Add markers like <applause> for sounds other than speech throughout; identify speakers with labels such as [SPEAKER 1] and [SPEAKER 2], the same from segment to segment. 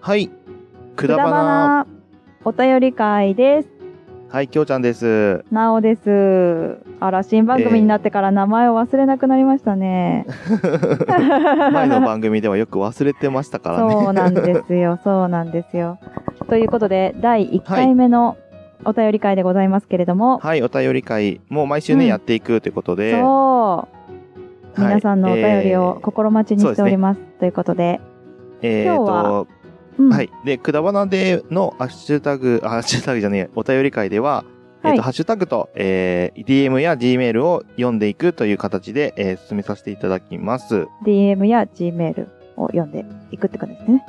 [SPEAKER 1] はい。く
[SPEAKER 2] く
[SPEAKER 1] だばな。
[SPEAKER 2] お便り会です。
[SPEAKER 1] はい、きょうちゃん
[SPEAKER 2] <laughs>
[SPEAKER 1] です。
[SPEAKER 2] なおです。あら、新番組になってから名前を忘れなくなりましたね。
[SPEAKER 1] 前の番組ではよく忘れてましたからね。
[SPEAKER 2] そうなんです
[SPEAKER 1] <laughs>
[SPEAKER 2] よ、そうなんですよ。ということで、第1回目のお便り会でございますけれども、
[SPEAKER 1] はい、お便り会、もう毎週ね、
[SPEAKER 2] うん
[SPEAKER 1] やっていくということで。は
[SPEAKER 2] そう、
[SPEAKER 1] い
[SPEAKER 2] 皆さんのお便りを心待ちにしております。ということで、
[SPEAKER 1] えーえー
[SPEAKER 2] 今日は
[SPEAKER 1] と、
[SPEAKER 2] うん
[SPEAKER 1] はい。で、くだばなでのハッシュタグ、あハッシュタグじゃねえ、お便り会では、えっ、
[SPEAKER 2] はい
[SPEAKER 1] と、ハッシュタグと、えー、DM や Gmail を読んでいくという形で、えー進めさせていただきます。
[SPEAKER 2] DM や Gmail を読んでいくって感じですね。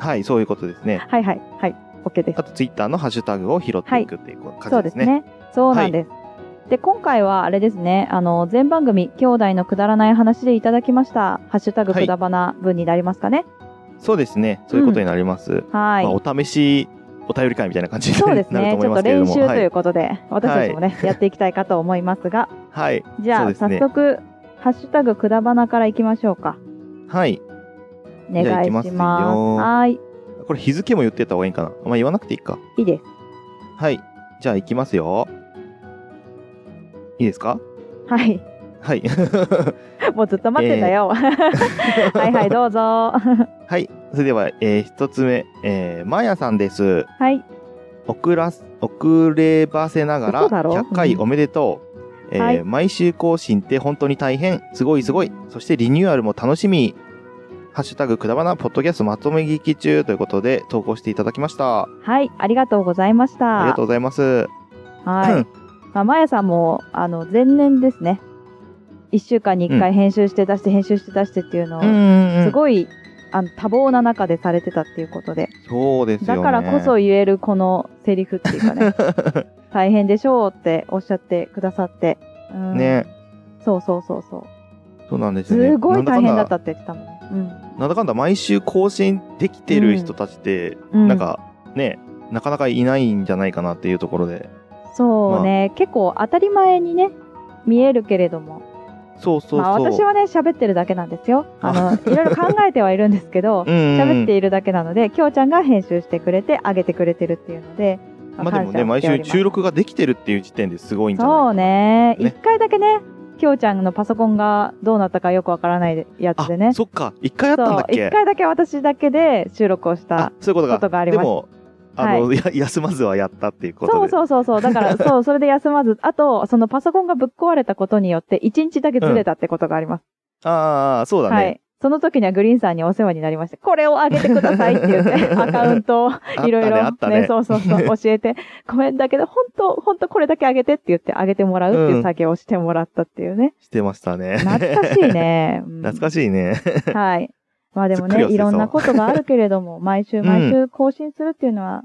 [SPEAKER 1] はい、そういうことですね。
[SPEAKER 2] はいはい、はい、OK です
[SPEAKER 1] あ。と、ツイッターのハッシュタグを拾っていくっていう
[SPEAKER 2] そ
[SPEAKER 1] 感じで
[SPEAKER 2] うですす
[SPEAKER 1] ね。
[SPEAKER 2] ね。そうなんです。で、今回はあれですね、あの、前番組、兄弟のくだらない話でいただきました、ハッシュタグ
[SPEAKER 1] はい
[SPEAKER 2] くだばな分になりますかね。
[SPEAKER 1] そうですね。そういうことになります。
[SPEAKER 2] はい。
[SPEAKER 1] まあ、お試し、お便り会みたいな感じに
[SPEAKER 2] そうで
[SPEAKER 1] <laughs>
[SPEAKER 2] す
[SPEAKER 1] なると
[SPEAKER 2] ね。
[SPEAKER 1] 思
[SPEAKER 2] ち
[SPEAKER 1] い
[SPEAKER 2] ょっ
[SPEAKER 1] ます
[SPEAKER 2] と
[SPEAKER 1] けれど
[SPEAKER 2] 練
[SPEAKER 1] も。
[SPEAKER 2] 習ということで、私たちもね、やっていきたいかと思いますが、
[SPEAKER 1] はい。はい。
[SPEAKER 2] じゃあ、
[SPEAKER 1] そうで
[SPEAKER 2] 早
[SPEAKER 1] すね
[SPEAKER 2] 速、ハッシュタグくだばなからいきましょうか。
[SPEAKER 1] はい。
[SPEAKER 2] お願いし
[SPEAKER 1] じゃあいきま
[SPEAKER 2] ますす。
[SPEAKER 1] よ
[SPEAKER 2] はい。
[SPEAKER 1] これ日付も言ってた方がいいかな。まあ、言わなくていいか。
[SPEAKER 2] いいです。
[SPEAKER 1] はい。じゃあ、行きますよ。いいですか
[SPEAKER 2] はい。 <laughs>
[SPEAKER 1] はい。 <laughs>
[SPEAKER 2] もうずっと待ってたよ。はいはい、どうぞ。
[SPEAKER 1] はい。それでは、えー一つ目。えー、まやさんです。
[SPEAKER 2] はい。
[SPEAKER 1] 遅らす、遅ればせながら、
[SPEAKER 2] 嘘だろ
[SPEAKER 1] 100回おめでとう。えー
[SPEAKER 2] はい
[SPEAKER 1] 毎週更新って本当に大変。すごいすごい。そしてリニューアルも楽しみ。ハッシュタグくだばな、ポッドキャストまとめ聞き中ということで投稿していただきました。
[SPEAKER 2] はい、ありがとうございまし
[SPEAKER 1] あ
[SPEAKER 2] た。
[SPEAKER 1] りがとうございます。
[SPEAKER 2] はい。まあ、まやさんも、あの、前年ですね。1週間に1回編集して出して編集して出してっていうのを、
[SPEAKER 1] ん
[SPEAKER 2] すごい、あの、多忙な中でされてたっていうことで。
[SPEAKER 1] そうですよ
[SPEAKER 2] だ
[SPEAKER 1] ね。
[SPEAKER 2] からこそ言えるこのセリフっていう
[SPEAKER 1] <laughs>
[SPEAKER 2] かね、大変でしょうっておっしゃってくださって。うん、
[SPEAKER 1] ね。
[SPEAKER 2] そうそうそうそう。
[SPEAKER 1] そうなんですよね。
[SPEAKER 2] すごい大変だ
[SPEAKER 1] なんか
[SPEAKER 2] ったって言ってたもんね。
[SPEAKER 1] んだ。なんだかんだ毎週更新できてる人たちって、
[SPEAKER 2] うん。う
[SPEAKER 1] なん、かね、なかなかいないんじゃないかなっていうところで。
[SPEAKER 2] そうね、結構当たり前にね、見えるけれども、
[SPEAKER 1] そうそうそう。
[SPEAKER 2] まあ私はね、喋ってるだけなんですよ。
[SPEAKER 1] <laughs>
[SPEAKER 2] あの、いろいろ考えてはいるんですけど、
[SPEAKER 1] うんうんうん、
[SPEAKER 2] 喋っているだけなので、きょうちゃんが編集してくれて、上げてくれてるっていうので、
[SPEAKER 1] まあでもね、
[SPEAKER 2] 感
[SPEAKER 1] 毎
[SPEAKER 2] 謝しており
[SPEAKER 1] 週
[SPEAKER 2] ます
[SPEAKER 1] 収録ができてるっていう時点ですごいんじゃない
[SPEAKER 2] そうね。一、
[SPEAKER 1] ね
[SPEAKER 2] 回だけね、きょうちゃんのパソコンがどうなったかよくわからないやつ
[SPEAKER 1] あ、
[SPEAKER 2] でね。
[SPEAKER 1] そっか。一回あったんだっ
[SPEAKER 2] 一
[SPEAKER 1] け
[SPEAKER 2] 回だけ私だけで収録をし
[SPEAKER 1] あ
[SPEAKER 2] た。、
[SPEAKER 1] そういうことが。
[SPEAKER 2] ことがあり
[SPEAKER 1] で
[SPEAKER 2] ます
[SPEAKER 1] も、あの、 <laughs> や休まずはやったっていうことで。
[SPEAKER 2] そうそうそうそう。だ
[SPEAKER 1] <laughs>
[SPEAKER 2] から、そう、それで休まず。あと、そのパソコンがぶっ壊れたことによって、一日だけずれたってことがあります。
[SPEAKER 1] ああ、そうだ
[SPEAKER 2] は
[SPEAKER 1] ね。
[SPEAKER 2] い。その時にはグリーンさんにお世話になりまして、これを上げてくださいって
[SPEAKER 1] <laughs>
[SPEAKER 2] 言って、アカウントを
[SPEAKER 1] あったね
[SPEAKER 2] いろいろ、
[SPEAKER 1] あったね。
[SPEAKER 2] そうそうそう、
[SPEAKER 1] <laughs>
[SPEAKER 2] 教えて、ごめんだけど、本当本当これだけ上げてって言って、上げてもらうっていう作業をしてもらったっていうね。
[SPEAKER 1] してましたね。
[SPEAKER 2] 懐かしいね。
[SPEAKER 1] <laughs> 懐かしいね。
[SPEAKER 2] しい。はい。まあでも
[SPEAKER 1] すっくり忘れ
[SPEAKER 2] ね、
[SPEAKER 1] そう
[SPEAKER 2] いろんなことがあるけれども、毎週毎週更新するっていうのは、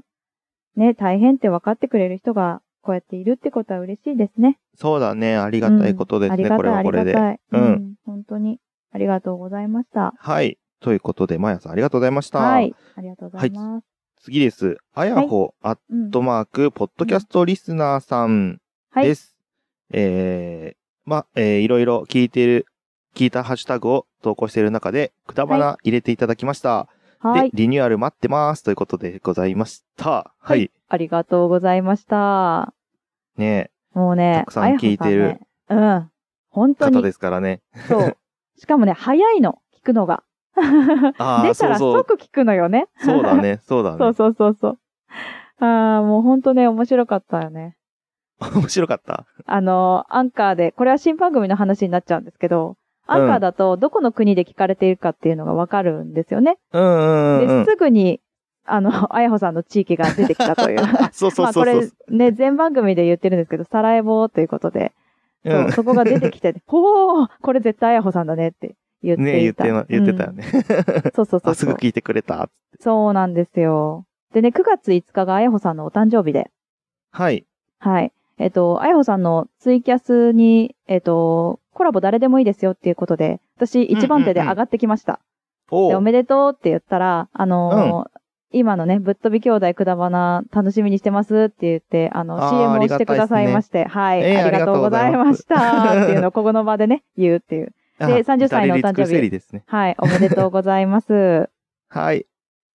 [SPEAKER 2] ね、大変って分かってくれる人が、こうやっているってことは嬉しいですね。
[SPEAKER 1] そうだね。ありがたいことです
[SPEAKER 2] あり
[SPEAKER 1] ね。
[SPEAKER 2] が
[SPEAKER 1] これ
[SPEAKER 2] たい、
[SPEAKER 1] は
[SPEAKER 2] あ
[SPEAKER 1] こ
[SPEAKER 2] り
[SPEAKER 1] れ
[SPEAKER 2] が
[SPEAKER 1] で。
[SPEAKER 2] たい。
[SPEAKER 1] う
[SPEAKER 2] うんん。本当に、ありがとうございました。
[SPEAKER 1] はい。ということで、まやさんありがとうございました。
[SPEAKER 2] はい。ありがとうございます。
[SPEAKER 1] 次です。あやほ、アッ
[SPEAKER 2] うん
[SPEAKER 1] トマーク、ポッドキャストリスナーさん
[SPEAKER 2] はい
[SPEAKER 1] です。えー、ま、えーいろいろ聞いてる、聞いたハッシュタグを投稿している中で、くだばな入れていただきました。
[SPEAKER 2] はい
[SPEAKER 1] で、。リニューアル待ってます。ということでございました。はい。
[SPEAKER 2] はいありがとうございました。
[SPEAKER 1] ね
[SPEAKER 2] もうね、
[SPEAKER 1] たくさん聞いてる
[SPEAKER 2] あやほさんね。うん。本
[SPEAKER 1] え、
[SPEAKER 2] 当
[SPEAKER 1] 方
[SPEAKER 2] に
[SPEAKER 1] で。すからね。
[SPEAKER 2] そう。しかもね、早いの、聞くのが。
[SPEAKER 1] <laughs> ああ、
[SPEAKER 2] 出た
[SPEAKER 1] そう
[SPEAKER 2] ら
[SPEAKER 1] そう。
[SPEAKER 2] 即聞くのよね。
[SPEAKER 1] そうだね、そうだ
[SPEAKER 2] そう
[SPEAKER 1] ね。
[SPEAKER 2] そうそうそう。ああ、もうほんとね、面白かったよね。
[SPEAKER 1] 面白かった。
[SPEAKER 2] あの、アンカーで、これは新番組の話になっちゃうんですけど、アンカーだと、どこの国で聞かれているかっていうのがわかるんですよね。
[SPEAKER 1] うんうんうんうん
[SPEAKER 2] で、。すぐに、あの、あやほさんの地域が出てきたという。
[SPEAKER 1] あ <laughs> そうそ
[SPEAKER 2] ま
[SPEAKER 1] う
[SPEAKER 2] あ、
[SPEAKER 1] そ
[SPEAKER 2] こ
[SPEAKER 1] うそう
[SPEAKER 2] れ。、ね、全番組で言ってるんですけど、サラエボということで、そう
[SPEAKER 1] うん
[SPEAKER 2] そこが出てきて、
[SPEAKER 1] <laughs>
[SPEAKER 2] ほーこれ絶対あやほさんだねって言っていた。
[SPEAKER 1] ねえ、言ってな、言ってたよね。 <laughs>
[SPEAKER 2] うん。そうそうそうそう。
[SPEAKER 1] あ、すぐ聞いてくれた。
[SPEAKER 2] そうなんですよ。でね、9月5日があやほさんのお誕生日で、
[SPEAKER 1] はい。
[SPEAKER 2] はい。えっ、と、あやほさんのツイキャスに、えっ、と、コラボ誰でもいいですよっていうことで、私一番手で上がってきました。
[SPEAKER 1] お
[SPEAKER 2] で
[SPEAKER 1] う
[SPEAKER 2] おめでとうって言ったら、あのー今のね、ぶっ飛び兄弟くだばな楽しみにしてますって言って、あの、
[SPEAKER 1] あー
[SPEAKER 2] CM をしてくださいまして、はい、
[SPEAKER 1] ええ
[SPEAKER 2] ありがとうございましたっていうのをここの場でね、言うっていう。
[SPEAKER 1] あ
[SPEAKER 2] で30歳のお
[SPEAKER 1] 至れ
[SPEAKER 2] 誕生日
[SPEAKER 1] り尽くせりですね。 <laughs>
[SPEAKER 2] はい、おめでとうございます。
[SPEAKER 1] はい。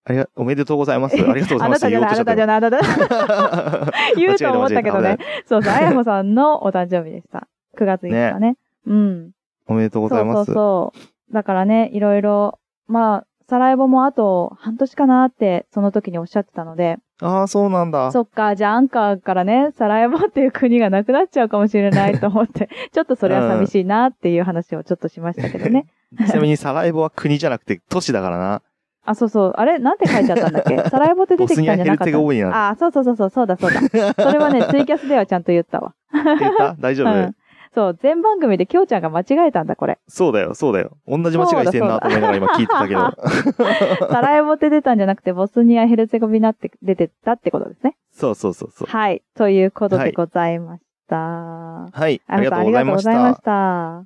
[SPEAKER 1] ありが、おめでとうございます。ありがとうござ
[SPEAKER 2] <laughs> あ
[SPEAKER 1] いま
[SPEAKER 2] な
[SPEAKER 1] す。
[SPEAKER 2] たじゃない、あなたじゃ
[SPEAKER 1] な
[SPEAKER 2] ない、
[SPEAKER 1] <laughs>
[SPEAKER 2] あなたじゃない。
[SPEAKER 1] い
[SPEAKER 2] 言うと思ったけどね。そうそう、あやほさんのお誕生日でした。9月5日ね。うん。
[SPEAKER 1] おめでとうございます。
[SPEAKER 2] そうそうそう。だからね、いろいろ、まあ、サラエボもあと半年かなって、その時におっしゃってたので、
[SPEAKER 1] ああ、そうなんだ。
[SPEAKER 2] そっか、じゃあアンカーからね、サラエボっていう国がなくなっちゃうかもしれないと思って、 <laughs> ちょっとそれは寂しいなっていう話をちょっとしましたけど
[SPEAKER 1] <laughs>
[SPEAKER 2] ね。
[SPEAKER 1] ちなみにサラエボは国じゃなくて都市だからな。
[SPEAKER 2] あ、そうそう。あれなんて書いてあったんだ
[SPEAKER 1] <laughs>
[SPEAKER 2] っけサラエボって出
[SPEAKER 1] ボ
[SPEAKER 2] て
[SPEAKER 1] ス
[SPEAKER 2] き
[SPEAKER 1] ニ
[SPEAKER 2] た
[SPEAKER 1] ア
[SPEAKER 2] んじゃ
[SPEAKER 1] ヘ
[SPEAKER 2] な
[SPEAKER 1] ル
[SPEAKER 2] かっ
[SPEAKER 1] ツェゴーニナ
[SPEAKER 2] た。あ、そうそうそうそう、そうだそうだ。それ
[SPEAKER 1] <laughs>
[SPEAKER 2] はね、ツイキャスではちゃんと言ったわ。
[SPEAKER 1] って言
[SPEAKER 2] <laughs>
[SPEAKER 1] った大丈夫、
[SPEAKER 2] うんそう、全番組できょうちゃんが間違えたんだ、こ
[SPEAKER 1] <laughs>
[SPEAKER 2] れ。
[SPEAKER 1] そうだよ、そうだよ。同じ間違いしてんなと思いながら今聞いてたけ
[SPEAKER 2] <laughs>
[SPEAKER 1] ど。
[SPEAKER 2] サラエボって出たんじゃなくて、ボスニア・ヘルツェゴビナって出てたってことですね。
[SPEAKER 1] そうそうそうそう。
[SPEAKER 2] はい。ということ
[SPEAKER 1] は
[SPEAKER 2] で
[SPEAKER 1] い
[SPEAKER 2] ございました。
[SPEAKER 1] はい、
[SPEAKER 2] あ
[SPEAKER 1] あ
[SPEAKER 2] な
[SPEAKER 1] りが
[SPEAKER 2] た
[SPEAKER 1] とうございまし
[SPEAKER 2] あり
[SPEAKER 1] た
[SPEAKER 2] がとうございまし。た。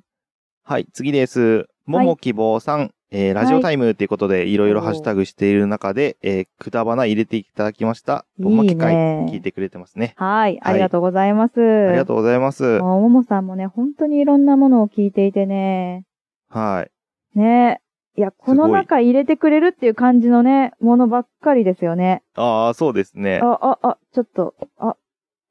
[SPEAKER 1] はい、次です。もも希望さん、えー、ラジオタイムということで、いろいろハッシュタグしている中で、えー、くだばな入れていただきました。
[SPEAKER 2] いいね
[SPEAKER 1] おまけ会聞いてくれてますね。
[SPEAKER 2] はい。ありがとうございます。
[SPEAKER 1] ありがとうございます。
[SPEAKER 2] もう、ももさんもね、本当にいろんなものを聞いていてね。
[SPEAKER 1] はい。
[SPEAKER 2] ねいや、この中入れてくれるっていう感じのね、ものばっかりですよね。
[SPEAKER 1] ああ、そうですね。
[SPEAKER 2] あ、あ、あ、ちょっと、あ、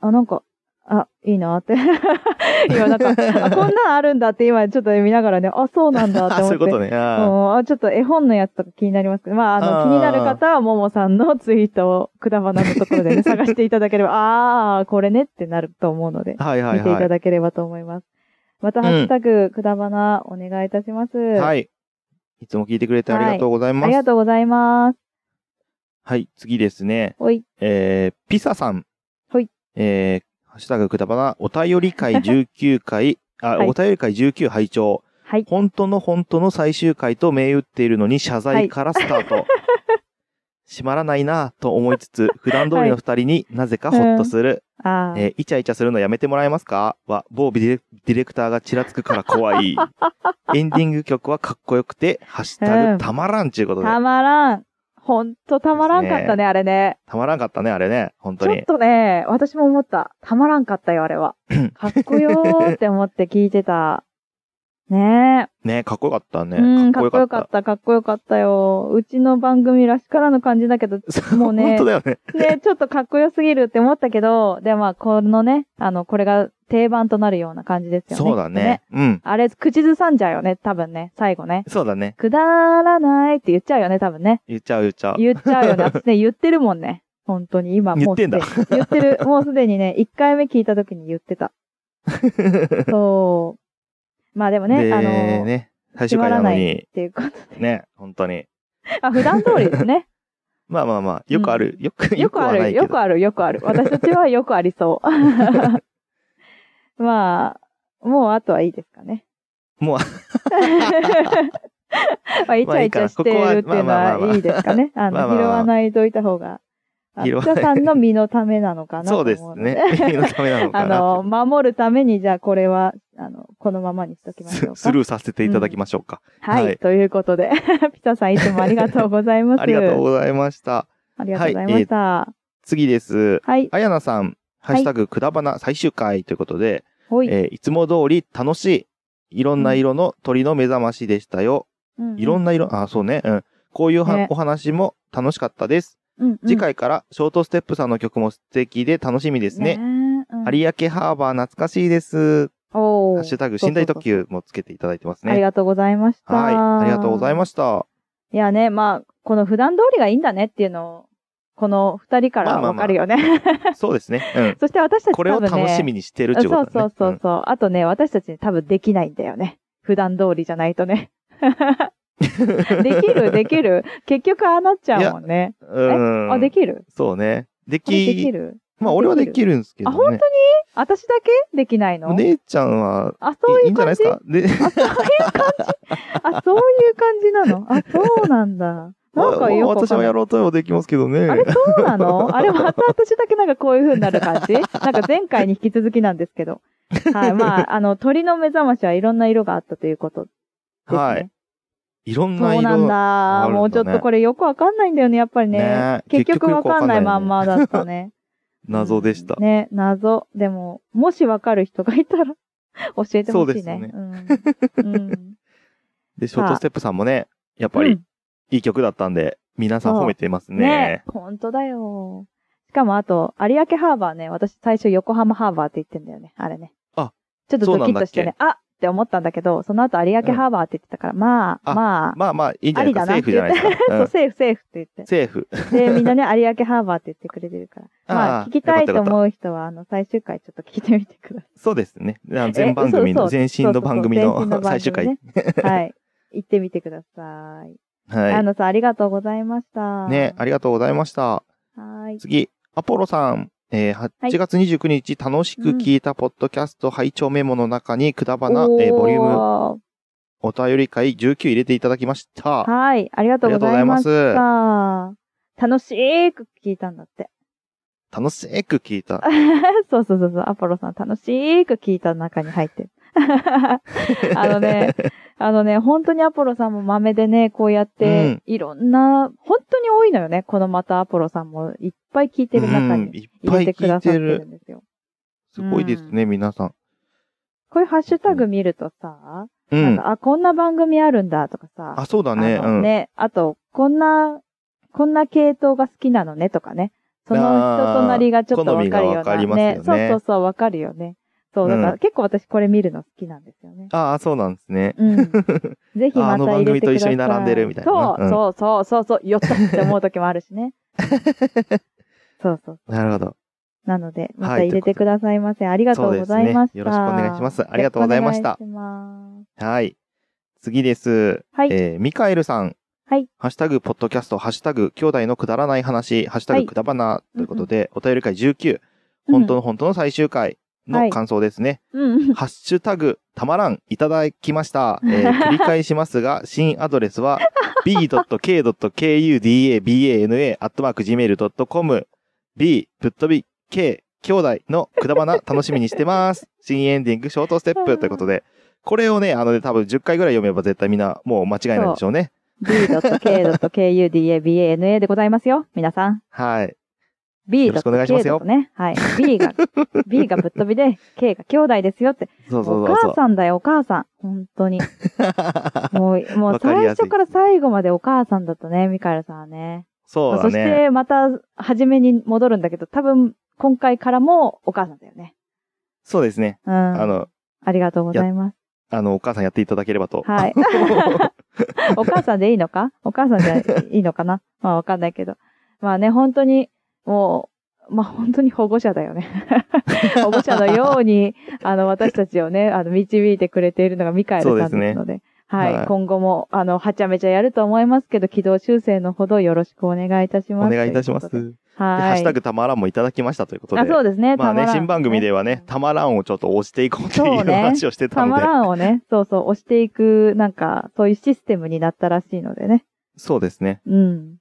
[SPEAKER 2] あ、なんか、あ、いいなって。 <laughs> 今なんか、あ、こんなんあるんだって今ちょっと見ながらね、あ、そうなんだって
[SPEAKER 1] あ
[SPEAKER 2] 思
[SPEAKER 1] そう
[SPEAKER 2] っ
[SPEAKER 1] いう
[SPEAKER 2] て。
[SPEAKER 1] ことね。あ
[SPEAKER 2] もうあちょっと絵本のやつとか気になりますけど、まあ、あの、
[SPEAKER 1] あー
[SPEAKER 2] 気になる方は、ももさんのツイートを、くだばなのところ
[SPEAKER 1] <laughs>
[SPEAKER 2] でね、探していただければ、ああ、これねってなると思うので、
[SPEAKER 1] あはいはい
[SPEAKER 2] 見てい
[SPEAKER 1] は
[SPEAKER 2] た
[SPEAKER 1] い。
[SPEAKER 2] だければと思います。また、
[SPEAKER 1] うん
[SPEAKER 2] ハッシュタグ、くだばな、お願いいたします。。
[SPEAKER 1] はいい。いつも聞いてくれてありがとうございます。
[SPEAKER 2] あ
[SPEAKER 1] は
[SPEAKER 2] り
[SPEAKER 1] い、
[SPEAKER 2] がとうございます。
[SPEAKER 1] 次ですね。
[SPEAKER 2] おい。
[SPEAKER 1] えー、ピサさん。
[SPEAKER 2] はい。
[SPEAKER 1] えー、ハッシュタグくだばな、お便り会19回、あ、
[SPEAKER 2] はい
[SPEAKER 1] お便り会19拝聴。
[SPEAKER 2] はい。
[SPEAKER 1] 本当の本当の最終回と銘打っているのに謝罪からスター
[SPEAKER 2] <laughs>
[SPEAKER 1] ト。閉まらないなぁと思いつつ、普段通りの二人になぜかホッとする。
[SPEAKER 2] ああ、
[SPEAKER 1] えーイチャイチャするのやめてもらえますかは、某ディレディレクターがちらつくから怖
[SPEAKER 2] <laughs>
[SPEAKER 1] い。エンディング曲はかっこよくて、ハッシュタ
[SPEAKER 2] うん
[SPEAKER 1] グたまらんちゅうことで。
[SPEAKER 2] たまらん。ほんとたまらんかった
[SPEAKER 1] です
[SPEAKER 2] ね、あれね。
[SPEAKER 1] たまらんかったね、あれね。本当
[SPEAKER 2] ちょっ
[SPEAKER 1] に。
[SPEAKER 2] とね、私も思った。たまらんかったよ、あれは。 <laughs> かっこよーって思って聞いてた。ねえ。
[SPEAKER 1] ね、かっこよかった
[SPEAKER 2] うん、
[SPEAKER 1] ね。
[SPEAKER 2] かっこよかった、かっこよかったよ。うちの番組らしからぬ感じだけど、
[SPEAKER 1] そう
[SPEAKER 2] もうね
[SPEAKER 1] 本当だよね。
[SPEAKER 2] <laughs> ね、ちょっとかっこよすぎるって思ったけど、でもまあ、このね、あの、これが定番となるような感じですよね。
[SPEAKER 1] そうだ
[SPEAKER 2] きっと
[SPEAKER 1] ね。うん。
[SPEAKER 2] あれ、口ずさんじゃうよね、多分ね、最後ね。
[SPEAKER 1] そうだね。
[SPEAKER 2] くだらないって言っちゃうよね、多分ね。
[SPEAKER 1] 言っちゃう言っちゃう。
[SPEAKER 2] 言っちゃうよね。
[SPEAKER 1] <laughs>
[SPEAKER 2] 私ね、言ってるもんね。本当に、今、もうすでに。
[SPEAKER 1] 言っ
[SPEAKER 2] 言っ
[SPEAKER 1] <laughs>
[SPEAKER 2] てる。もうすでにね、1回目聞いた時に言ってた。そう。まあでもね、
[SPEAKER 1] で
[SPEAKER 2] あの、
[SPEAKER 1] ね、最終回な
[SPEAKER 2] つまらな
[SPEAKER 1] の
[SPEAKER 2] い
[SPEAKER 1] に
[SPEAKER 2] っ、ていうこと。
[SPEAKER 1] ね、本当に。
[SPEAKER 2] あ、普段通りですね。
[SPEAKER 1] まあまあまあ、よくある。よく、
[SPEAKER 2] <laughs> よく
[SPEAKER 1] は
[SPEAKER 2] あ
[SPEAKER 1] ないけ
[SPEAKER 2] る、
[SPEAKER 1] ど
[SPEAKER 2] よくある、よくある。私たちはよくありそう。 <laughs> まあ、もうあとはいいですかね。 <laughs>
[SPEAKER 1] もう
[SPEAKER 2] まあ、イチャイチャしてるっていうの
[SPEAKER 1] まあいいかなここはまあまあまあま
[SPEAKER 2] は
[SPEAKER 1] あ
[SPEAKER 2] いいですかね。あの、
[SPEAKER 1] まあまあまあ
[SPEAKER 2] 拾わないといた方が、あ
[SPEAKER 1] 拾
[SPEAKER 2] の
[SPEAKER 1] わ
[SPEAKER 2] 北
[SPEAKER 1] ない
[SPEAKER 2] さんの身のためなのかなと
[SPEAKER 1] そ
[SPEAKER 2] 思
[SPEAKER 1] うです
[SPEAKER 2] の
[SPEAKER 1] ね。家 <laughs> のためなの
[SPEAKER 2] あ
[SPEAKER 1] かな。
[SPEAKER 2] の、守るために、じゃあこれは、あの、このままにしときまし
[SPEAKER 1] ス
[SPEAKER 2] ょうか。
[SPEAKER 1] スルーさせていただきましょうか。
[SPEAKER 2] はい、
[SPEAKER 1] はい
[SPEAKER 2] ということで、 <laughs> ピタさんいつもありがとうございます。
[SPEAKER 1] <laughs> ありがとうございました。
[SPEAKER 2] ありがとうございました。
[SPEAKER 1] 次です。
[SPEAKER 2] はい、
[SPEAKER 1] あやなさん、ハッシュタグくだばな最終回ということで、
[SPEAKER 2] ほい。
[SPEAKER 1] えーいつも通り楽しい。いろんな色の鳥の目覚ましでしたよ。
[SPEAKER 2] うんうん
[SPEAKER 1] いろんな色、あ、そうね。うん。こういうは
[SPEAKER 2] ね
[SPEAKER 1] お話も楽しかったです。
[SPEAKER 2] うんうん
[SPEAKER 1] 次回からショートステップさんの曲も素敵で楽しみですね。
[SPEAKER 2] うん
[SPEAKER 1] 有明ハーバー懐かしいです。
[SPEAKER 2] おー
[SPEAKER 1] ハッシュタグ、寝台特急もつけていただいてます
[SPEAKER 2] あり
[SPEAKER 1] ね。
[SPEAKER 2] がとうございました。
[SPEAKER 1] はい。ありがとうございました。
[SPEAKER 2] す。いやね、まあ、この普段通りがいいんだねっていうのを、この二人から
[SPEAKER 1] まあまあ
[SPEAKER 2] わ
[SPEAKER 1] まあ
[SPEAKER 2] かるよね。 <laughs>
[SPEAKER 1] そうですね。うん。
[SPEAKER 2] そして私たち多
[SPEAKER 1] こ
[SPEAKER 2] 分
[SPEAKER 1] れ
[SPEAKER 2] ね。
[SPEAKER 1] を楽しみにしてるっていう
[SPEAKER 2] そ
[SPEAKER 1] こ
[SPEAKER 2] う
[SPEAKER 1] とだ
[SPEAKER 2] そ
[SPEAKER 1] ね。
[SPEAKER 2] うそうそう。あとね、私たちに多分できないんだよね。普段通りじゃないとね。 <laughs> できる、できる。結局ああなっちゃうもんね。
[SPEAKER 1] うん。うん。
[SPEAKER 2] あ、できる
[SPEAKER 1] そうね。で
[SPEAKER 2] これでき
[SPEAKER 1] き、
[SPEAKER 2] る
[SPEAKER 1] まあ俺はできるんですけどね。
[SPEAKER 2] あ本私だけできないの
[SPEAKER 1] お姉ちゃんは、
[SPEAKER 2] あ、そう
[SPEAKER 1] い
[SPEAKER 2] い
[SPEAKER 1] い
[SPEAKER 2] うん
[SPEAKER 1] じゃな
[SPEAKER 2] 感
[SPEAKER 1] い
[SPEAKER 2] じ
[SPEAKER 1] ですかで、
[SPEAKER 2] あ、そういう感じなのあ、そうなん
[SPEAKER 1] <laughs>
[SPEAKER 2] だ。なんかよくわかんない
[SPEAKER 1] 私はやろうとはできますけどね。
[SPEAKER 2] あれそうな
[SPEAKER 1] <laughs>
[SPEAKER 2] のあれまた私だけなんかこういう風になる感じなんか前回に引き続きなんですけど。はい。ま
[SPEAKER 1] <laughs>
[SPEAKER 2] あ、あの、鳥の目覚ましはいろんな色があったということですね。
[SPEAKER 1] はい。いろん
[SPEAKER 2] そ
[SPEAKER 1] な
[SPEAKER 2] う
[SPEAKER 1] 色
[SPEAKER 2] なん
[SPEAKER 1] が
[SPEAKER 2] だ。
[SPEAKER 1] あるんだね
[SPEAKER 2] もうちょっとこれよくわかんないんだよね、やっぱりね。
[SPEAKER 1] ね
[SPEAKER 2] 結局わかんない
[SPEAKER 1] 結局よくわかんないね
[SPEAKER 2] まんまだったね。
[SPEAKER 1] 謎でした
[SPEAKER 2] うん。ね、謎。でも、もしわかる人がいたら <laughs> 教えてほしいね。
[SPEAKER 1] そうですよね
[SPEAKER 2] うん。うん。
[SPEAKER 1] <laughs> で、ショートステップさんもね、やっぱ
[SPEAKER 2] う
[SPEAKER 1] り
[SPEAKER 2] ん
[SPEAKER 1] いい曲だったんで、皆さん褒めてますね。
[SPEAKER 2] 本当だよ。しかもあと、有明ハーバーね、私最初横浜ハーバーって言ってんだよね、あれね。
[SPEAKER 1] あ、
[SPEAKER 2] ちょっとドキッとしてね、あって思ったんだけど、その後有明ハーバーって言ってたから、まあ、
[SPEAKER 1] あ
[SPEAKER 2] まあ、
[SPEAKER 1] まあまあ、いいんじゃないですか。
[SPEAKER 2] あ
[SPEAKER 1] セー
[SPEAKER 2] り
[SPEAKER 1] フじゃ
[SPEAKER 2] だ
[SPEAKER 1] な
[SPEAKER 2] な
[SPEAKER 1] い
[SPEAKER 2] っ
[SPEAKER 1] で
[SPEAKER 2] て
[SPEAKER 1] すか。
[SPEAKER 2] <laughs> そうう、
[SPEAKER 1] ん
[SPEAKER 2] セーフ、セーフって
[SPEAKER 1] <laughs>
[SPEAKER 2] 言って。
[SPEAKER 1] セーフ。
[SPEAKER 2] で、みんなね、有明ハーバーって言ってくれてるから。ま
[SPEAKER 1] あ
[SPEAKER 2] あ、
[SPEAKER 1] ー
[SPEAKER 2] 聞きたいと
[SPEAKER 1] よかったよかっ
[SPEAKER 2] 思う人は、あの、最終回ちょっと聞いてみてくださ
[SPEAKER 1] たそうですね。あ全番組
[SPEAKER 2] そ
[SPEAKER 1] の、
[SPEAKER 2] うそ
[SPEAKER 1] 全
[SPEAKER 2] う
[SPEAKER 1] 身の番組
[SPEAKER 2] そうそうそう
[SPEAKER 1] の最終回。。
[SPEAKER 2] 回。
[SPEAKER 1] <laughs>
[SPEAKER 2] はい。行ってみてください。あ
[SPEAKER 1] は
[SPEAKER 2] のさん、ありがとうございました。
[SPEAKER 1] い。ね、ありがとうございました。
[SPEAKER 2] はい。
[SPEAKER 1] 次、アポロさん。えー
[SPEAKER 2] い
[SPEAKER 1] 8月29日、楽しく聞いたポッドキャスト拝聴メモの中に、くだばな、
[SPEAKER 2] お
[SPEAKER 1] えーボリューム、
[SPEAKER 2] ム。
[SPEAKER 1] お便り会19入れていただきました。あ
[SPEAKER 2] はい。ありがとう
[SPEAKER 1] りがと
[SPEAKER 2] ご
[SPEAKER 1] うご
[SPEAKER 2] ざ
[SPEAKER 1] ざ
[SPEAKER 2] い
[SPEAKER 1] い
[SPEAKER 2] ま
[SPEAKER 1] ま
[SPEAKER 2] し
[SPEAKER 1] す。
[SPEAKER 2] た。楽しーく聞いたんだって。 <laughs>
[SPEAKER 1] 楽しく聞いた。
[SPEAKER 2] そうそうそうそう、アポロさん楽しーく聞いた中に入ってる。 <laughs> あ
[SPEAKER 1] <laughs>
[SPEAKER 2] のね、あのね、本当にアポロさんも豆でね、こうやって、いろんな、本当に多いのよね。このまたアポロさんもいっぱい聞いてる中
[SPEAKER 1] うん
[SPEAKER 2] に
[SPEAKER 1] いっぱ
[SPEAKER 2] 入
[SPEAKER 1] い
[SPEAKER 2] れてく
[SPEAKER 1] 聞
[SPEAKER 2] だ
[SPEAKER 1] い
[SPEAKER 2] さっててる
[SPEAKER 1] る。
[SPEAKER 2] んですよ。
[SPEAKER 1] すごいですね、皆さん。
[SPEAKER 2] こういうハッシュタグ見るとさ、
[SPEAKER 1] う
[SPEAKER 2] なん
[SPEAKER 1] ん。
[SPEAKER 2] か、あ、こんな番組あるんだとかさ、
[SPEAKER 1] あ、そうだね。
[SPEAKER 2] あ
[SPEAKER 1] う
[SPEAKER 2] の
[SPEAKER 1] ん。
[SPEAKER 2] ね、あと、こんな、こんな系統が好きなのねとかね。その人となりがちょっとわかるよう
[SPEAKER 1] あー好みがわか
[SPEAKER 2] な
[SPEAKER 1] りますよね
[SPEAKER 2] そうそうそう、わかるよね。そう、だから、
[SPEAKER 1] うん
[SPEAKER 2] 結構私これ見るの好きなんですよね。
[SPEAKER 1] ああ、そうなんですね。 <laughs>
[SPEAKER 2] うん。ぜひ
[SPEAKER 1] あ
[SPEAKER 2] ま
[SPEAKER 1] あの
[SPEAKER 2] た
[SPEAKER 1] 番
[SPEAKER 2] 入れてください。
[SPEAKER 1] 組と一緒に並んでるみたいな
[SPEAKER 2] そう、
[SPEAKER 1] うん
[SPEAKER 2] そうそうそうそう、よったって思う時もある
[SPEAKER 1] <laughs>
[SPEAKER 2] しね。そうそう。
[SPEAKER 1] なるほど。
[SPEAKER 2] なので、また
[SPEAKER 1] はい
[SPEAKER 2] 入れてくださいませ。ありがとうございま
[SPEAKER 1] そうです
[SPEAKER 2] した。
[SPEAKER 1] ねよろしくお願いしますありがとうございました
[SPEAKER 2] よろくお願いします
[SPEAKER 1] はい。次です。
[SPEAKER 2] はい
[SPEAKER 1] えーミカエルさん。
[SPEAKER 2] はい
[SPEAKER 1] ハッシュタグ、ポッドキャスト、ハッシュタグ、兄弟のくだらない話、ハッシュタ
[SPEAKER 2] は
[SPEAKER 1] グ、
[SPEAKER 2] い
[SPEAKER 1] くだばな、ということで、お便り会19、本当の本当の最終回
[SPEAKER 2] は
[SPEAKER 1] の
[SPEAKER 2] い
[SPEAKER 1] 感想ですね。
[SPEAKER 2] うん。うん。
[SPEAKER 1] ハッシュタグ、たまらん、いただきま
[SPEAKER 2] <laughs>
[SPEAKER 1] した。えー繰り返しますが、新アドレスは、b.k.kudabana.gmail.com、b, ぶっ飛び、k, 兄弟のくだばな、楽しみにして
[SPEAKER 2] <laughs>
[SPEAKER 1] ます。新エンディング、ショートステップということで、これをね、あのね、多分10回ぐらい読めば絶対みんな、もう間違いないでしょうね。
[SPEAKER 2] b.k.kudabana でございますよ、皆さん。
[SPEAKER 1] はい。
[SPEAKER 2] B
[SPEAKER 1] よろ
[SPEAKER 2] だ
[SPEAKER 1] しくお願いしますよ
[SPEAKER 2] とね。はい。B が、B がぶっ飛びで、K が兄弟ですよって。
[SPEAKER 1] そうそう
[SPEAKER 2] お
[SPEAKER 1] そうそ
[SPEAKER 2] 母
[SPEAKER 1] う。
[SPEAKER 2] さんだよ、お母さん。本当に。もう、もう
[SPEAKER 1] わかり
[SPEAKER 2] 最
[SPEAKER 1] やすい
[SPEAKER 2] 初から最後までお母さんだったね、ミカエルさんはね。
[SPEAKER 1] <laughs> そうだ
[SPEAKER 2] し
[SPEAKER 1] ね。
[SPEAKER 2] て、また、初めに戻るんだけど、多分、今回からもお母さんだよね。
[SPEAKER 1] そうですね。
[SPEAKER 2] うん。
[SPEAKER 1] あ
[SPEAKER 2] あ
[SPEAKER 1] の、
[SPEAKER 2] りがとうございます。
[SPEAKER 1] あの、お母さんやっていただければと。
[SPEAKER 2] はい。お母さんでいいのかお母さんじゃいいのか
[SPEAKER 1] <laughs>
[SPEAKER 2] なまあわかんないけど。まあね、本当に、もう、まあ本当に保護者だ
[SPEAKER 1] <laughs>
[SPEAKER 2] よね。保護者のように、あの、私たちをね、あの、導いてくれているのがミカエルさんですので。
[SPEAKER 1] そう
[SPEAKER 2] はい、
[SPEAKER 1] はい
[SPEAKER 2] 今後も、あの、はちゃめちゃやると思いますけど、軌道修正のほどよろしくお願いいたし
[SPEAKER 1] <laughs> お
[SPEAKER 2] ます。
[SPEAKER 1] 願いいたします。
[SPEAKER 2] という
[SPEAKER 1] で
[SPEAKER 2] ことではい。
[SPEAKER 1] ハッシュタグたまらんもいただきましたということで。
[SPEAKER 2] あ、そうですね。
[SPEAKER 1] まあね
[SPEAKER 2] た、らん
[SPEAKER 1] 新番組ではね、たまらんをちょっと押していこうってい
[SPEAKER 2] そううね
[SPEAKER 1] 話をしてた
[SPEAKER 2] た
[SPEAKER 1] の
[SPEAKER 2] ま
[SPEAKER 1] で。
[SPEAKER 2] らんをね、そうそう、押していく、なんか、そういうシステムになったらしいのでね。
[SPEAKER 1] そうですね。
[SPEAKER 2] うん。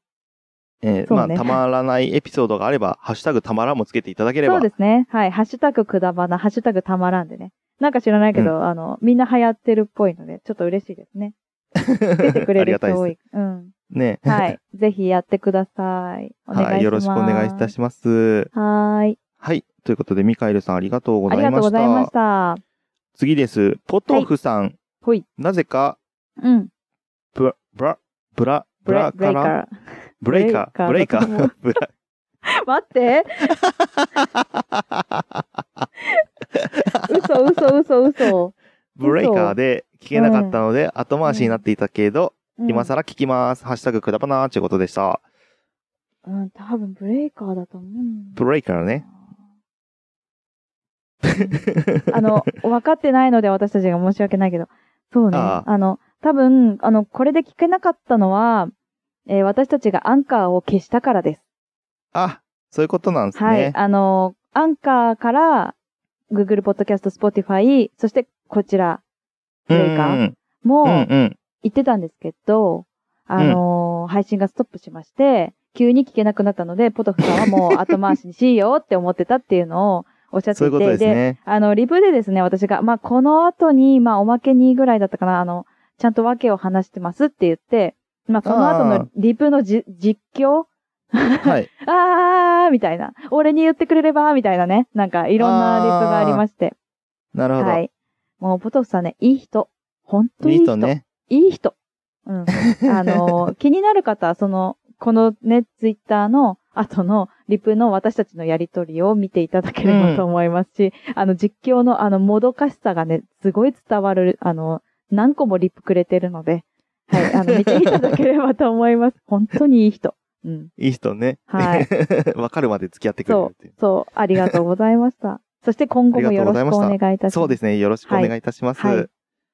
[SPEAKER 1] えー
[SPEAKER 2] そう
[SPEAKER 1] まあ、
[SPEAKER 2] ね
[SPEAKER 1] たまらないエピソードがあれば、ハッシュタグたまらんもつけていただけれ
[SPEAKER 2] そ
[SPEAKER 1] ば
[SPEAKER 2] う。ですね。はい。ハッシュタグくだばな、ハッシュタグたまらんでね。なんか知らないけど、あの、みんな流行ってるっぽいので、ちょっと嬉しいですね。出て
[SPEAKER 1] <laughs>
[SPEAKER 2] く
[SPEAKER 1] あ
[SPEAKER 2] れ
[SPEAKER 1] り
[SPEAKER 2] る
[SPEAKER 1] がたい
[SPEAKER 2] 人
[SPEAKER 1] です
[SPEAKER 2] 多。い。うん。
[SPEAKER 1] ね。 <laughs>
[SPEAKER 2] はい。ぜひやってください。お願いします。
[SPEAKER 1] はい、よろしくお願いいたします。
[SPEAKER 2] はーい。
[SPEAKER 1] はい。ということで、ミカエルさんありがとうご
[SPEAKER 2] あ
[SPEAKER 1] ざ
[SPEAKER 2] り
[SPEAKER 1] い
[SPEAKER 2] がと
[SPEAKER 1] まし
[SPEAKER 2] うございま
[SPEAKER 1] た
[SPEAKER 2] し。た。
[SPEAKER 1] 次です。ポトフさん。
[SPEAKER 2] ほい。
[SPEAKER 1] なぜか、
[SPEAKER 2] うん。
[SPEAKER 1] ブラ、ブラ、ブラ、ブラ
[SPEAKER 2] ブ
[SPEAKER 1] か
[SPEAKER 2] レイカ
[SPEAKER 1] ら、
[SPEAKER 2] ー。
[SPEAKER 1] ブレイカー、ブ
[SPEAKER 2] ブ
[SPEAKER 1] レ
[SPEAKER 2] レ
[SPEAKER 1] イ
[SPEAKER 2] イ
[SPEAKER 1] カ
[SPEAKER 2] カー
[SPEAKER 1] ー、ブラ、
[SPEAKER 2] 待
[SPEAKER 1] <laughs>
[SPEAKER 2] って。嘘、嘘、嘘、嘘。
[SPEAKER 1] ブレイカーで聞けなかったので、後回しになっていたけど、
[SPEAKER 2] うん
[SPEAKER 1] 今。更聞きます。ハッシュタグくだばなーっていうことでした。
[SPEAKER 2] うん、多分ブレイカーだと思うんだ
[SPEAKER 1] ブレイカーね。
[SPEAKER 2] <laughs> あの、分かってないので私たちが申し訳ないけど。そうね。
[SPEAKER 1] あ
[SPEAKER 2] あの、多分、あの、これで聞けなかったのは、えー私たちがアンカーを消したからです。
[SPEAKER 1] あ、そういうことなんです
[SPEAKER 2] はい。
[SPEAKER 1] ね。
[SPEAKER 2] あの、アンカーから、Google Podcast、Spotify、そしてこちら
[SPEAKER 1] う
[SPEAKER 2] ブ
[SPEAKER 1] ん
[SPEAKER 2] レイカー
[SPEAKER 1] うんうん
[SPEAKER 2] も
[SPEAKER 1] うんうん。
[SPEAKER 2] 言ってたんですけど、あのー配信がストップしまして、急に聞けなくなったので、ポトフさんはもう後回しにしようって思ってたっていうのをおっしゃっていて、
[SPEAKER 1] そういうことですね。
[SPEAKER 2] あの、リプでですね、私が、まあ、この後に、まあ、おまけにぐらいだったかな、あの、ちゃんと訳を話してますって言って、まあ、その後
[SPEAKER 1] あー
[SPEAKER 2] のリプのじ実況
[SPEAKER 1] はい。
[SPEAKER 2] あーみたいな。俺に言ってくれればみたいなね。なんか、いろんなリプがありまして。
[SPEAKER 1] なるほど。
[SPEAKER 2] はい。もう、ポトフさんね、いい人。本当に
[SPEAKER 1] い
[SPEAKER 2] いい
[SPEAKER 1] い
[SPEAKER 2] 人。
[SPEAKER 1] とね。 <laughs>
[SPEAKER 2] いい人。うん。あの、気になる方は、その、このね、ツイッターの後のリプの私たちのやりとりを見ていただければと思いますし、あの実況のあのもどかしさがね、すごい伝わる、あの、何個もリプくれてるので、は
[SPEAKER 1] <laughs>
[SPEAKER 2] い、あの、見ていただければと思います。本当にいい人。うん。
[SPEAKER 1] いい人ね。 <laughs>
[SPEAKER 2] はい。
[SPEAKER 1] わかるまで付き合ってくれるっていう。
[SPEAKER 2] そう、ありがとうございました。そして今後もよろしくお願いいたします。
[SPEAKER 1] そうですね。よろしくお願いいたします。
[SPEAKER 2] はい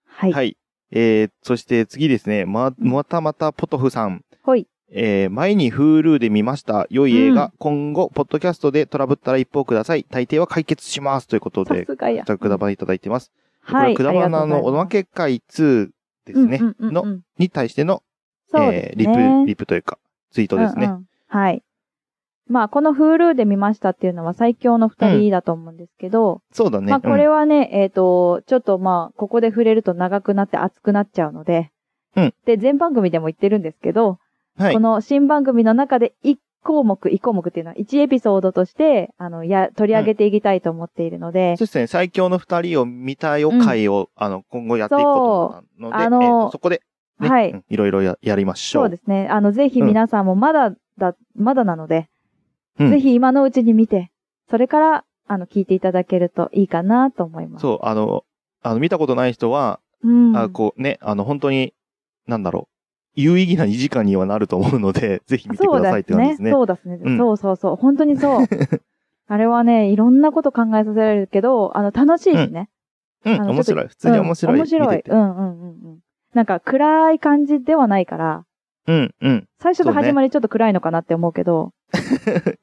[SPEAKER 2] はい。
[SPEAKER 1] はい。えー、そして次ですね。ま、またまたポトフさん。
[SPEAKER 2] ほい。
[SPEAKER 1] えー、前に Hulu で見ました。良い映画。
[SPEAKER 2] うん
[SPEAKER 1] 今後、ポッドキャストでトラブったら一方ください。大抵は解決します。ということ
[SPEAKER 2] さ
[SPEAKER 1] で、
[SPEAKER 2] すがや。
[SPEAKER 1] くだばいただいてます。
[SPEAKER 2] はい。
[SPEAKER 1] これはくだばなのおま
[SPEAKER 2] け
[SPEAKER 1] け会2ですね。の
[SPEAKER 2] の、
[SPEAKER 1] に対しての、
[SPEAKER 2] そう
[SPEAKER 1] えー
[SPEAKER 2] です
[SPEAKER 1] リ
[SPEAKER 2] ね。
[SPEAKER 1] プ、リプというか、ツイートですね。
[SPEAKER 2] うんうんはい。まあ、この Hulu で見ましたっていうのは最強の二人だと思うんですけど、
[SPEAKER 1] そうだね。
[SPEAKER 2] まあ、これ
[SPEAKER 1] は、
[SPEAKER 2] はね、えっ、と、ちょっとまあ、ここで触れると長くなって熱くなっちゃうので、
[SPEAKER 1] うん
[SPEAKER 2] で、全番組でも言ってるんですけど、
[SPEAKER 1] はい
[SPEAKER 2] こ。の新番組の中で1項目、1項目っていうのは1エピソードとして、あの、や、取り上げていきたいと思っているので、
[SPEAKER 1] そうですね。最強の二人を見たよ会を、あの、今後やっていくことなので、
[SPEAKER 2] そうあの
[SPEAKER 1] えーとそこで、ね、
[SPEAKER 2] は
[SPEAKER 1] う
[SPEAKER 2] い。
[SPEAKER 1] んいろいろややりましょう。
[SPEAKER 2] そうですね。あの、ぜひ皆さんもまだだ、まだなので、
[SPEAKER 1] うん
[SPEAKER 2] ぜひ今のうちに見て、それから、あの、聞いていただけるといいかなと思います。
[SPEAKER 1] そう、あの、あの、見たことない人は、
[SPEAKER 2] うん。
[SPEAKER 1] あこうね、あの、本当に、なんだろう、有意義な2時間にはなると思うので、 <laughs> ぜひ見てくださいって感じですね。
[SPEAKER 2] そうですね。そう
[SPEAKER 1] うん
[SPEAKER 2] そうそうそう。本当
[SPEAKER 1] <laughs>
[SPEAKER 2] にそう。あれはね、いろんなこと考えさせられるけど、あの、楽しいしね。
[SPEAKER 1] う
[SPEAKER 2] あ
[SPEAKER 1] ん、
[SPEAKER 2] の
[SPEAKER 1] 面白い。普通に面白い。
[SPEAKER 2] うん面白
[SPEAKER 1] 見
[SPEAKER 2] い。
[SPEAKER 1] てて
[SPEAKER 2] うんうんうんうん。なんか、暗い感じではないから、
[SPEAKER 1] うん、うん。
[SPEAKER 2] 最初
[SPEAKER 1] そ
[SPEAKER 2] の
[SPEAKER 1] うね
[SPEAKER 2] 始まりちょっと暗いのかなって思うけど、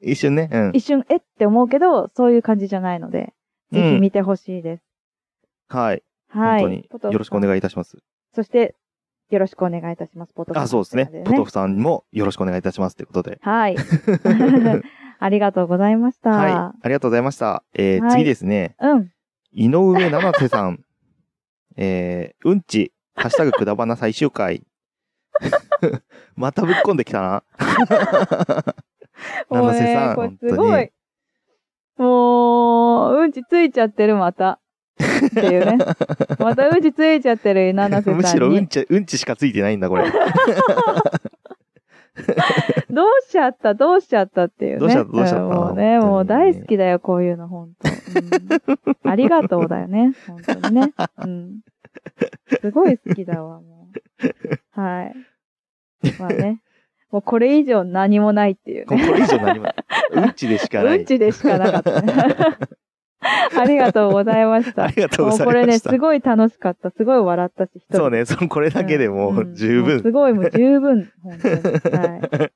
[SPEAKER 1] 一瞬ね、うん。
[SPEAKER 2] 一瞬、えって思うけど、そういう感じじゃないので、ぜひ見てほしいです。
[SPEAKER 1] はい。
[SPEAKER 2] はい。
[SPEAKER 1] 本当
[SPEAKER 2] ポト
[SPEAKER 1] に、
[SPEAKER 2] フ
[SPEAKER 1] よろしくお願いいたします。
[SPEAKER 2] そして、よろしくお願いいたします、ポトフさん
[SPEAKER 1] あ、そうですね。
[SPEAKER 2] とい
[SPEAKER 1] ポ
[SPEAKER 2] こと
[SPEAKER 1] トフさんもよろしくお願いいたしますということで。
[SPEAKER 2] はい。 <laughs> ありがとうございました。
[SPEAKER 1] はい。ありがとうございました。えー
[SPEAKER 2] はい
[SPEAKER 1] 次ですね。
[SPEAKER 2] うん。
[SPEAKER 1] 井上七瀬さん。 <laughs> えー、うんち、ハッシュタグくだばな最終回。 <laughs> またぶっこんできたな。七瀬さん
[SPEAKER 2] <laughs> もうね
[SPEAKER 1] 本
[SPEAKER 2] こ
[SPEAKER 1] 当
[SPEAKER 2] れ
[SPEAKER 1] に
[SPEAKER 2] すごい。もう、うんちついちゃってる、また。っていう
[SPEAKER 1] <laughs>
[SPEAKER 2] ね。またうんちついちゃってる、七瀬
[SPEAKER 1] む
[SPEAKER 2] さ
[SPEAKER 1] し
[SPEAKER 2] ん
[SPEAKER 1] ろうん
[SPEAKER 2] に。
[SPEAKER 1] ち、うんちしかついてないんだ、これ。
[SPEAKER 2] どうしちゃった、どうしちゃったっていうね。
[SPEAKER 1] どうしちゃったどうしちゃった
[SPEAKER 2] んも
[SPEAKER 1] 本当
[SPEAKER 2] うね、
[SPEAKER 1] にね
[SPEAKER 2] もう大好きだよ、こういうの、本当、
[SPEAKER 1] <laughs>
[SPEAKER 2] うん、ありがとうだよね、本当にね。うん。すごい好きだわ、もう。はい。まあね。もうこれ以上何もないっていうね
[SPEAKER 1] こ。れ以上何も。うんちでしかな
[SPEAKER 2] <laughs> うん
[SPEAKER 1] い。
[SPEAKER 2] ちでしかなかったね。 <laughs> ありがとうございまし
[SPEAKER 1] <laughs>
[SPEAKER 2] た。
[SPEAKER 1] ありがとうございました
[SPEAKER 2] もうこれね、すごい楽しかった。すごい笑ったし、一人
[SPEAKER 1] そうね、そのこれだけでも
[SPEAKER 2] ん
[SPEAKER 1] う十
[SPEAKER 2] も
[SPEAKER 1] 分。
[SPEAKER 2] うすごい、もう
[SPEAKER 1] <laughs>
[SPEAKER 2] 十分。本当に。はい。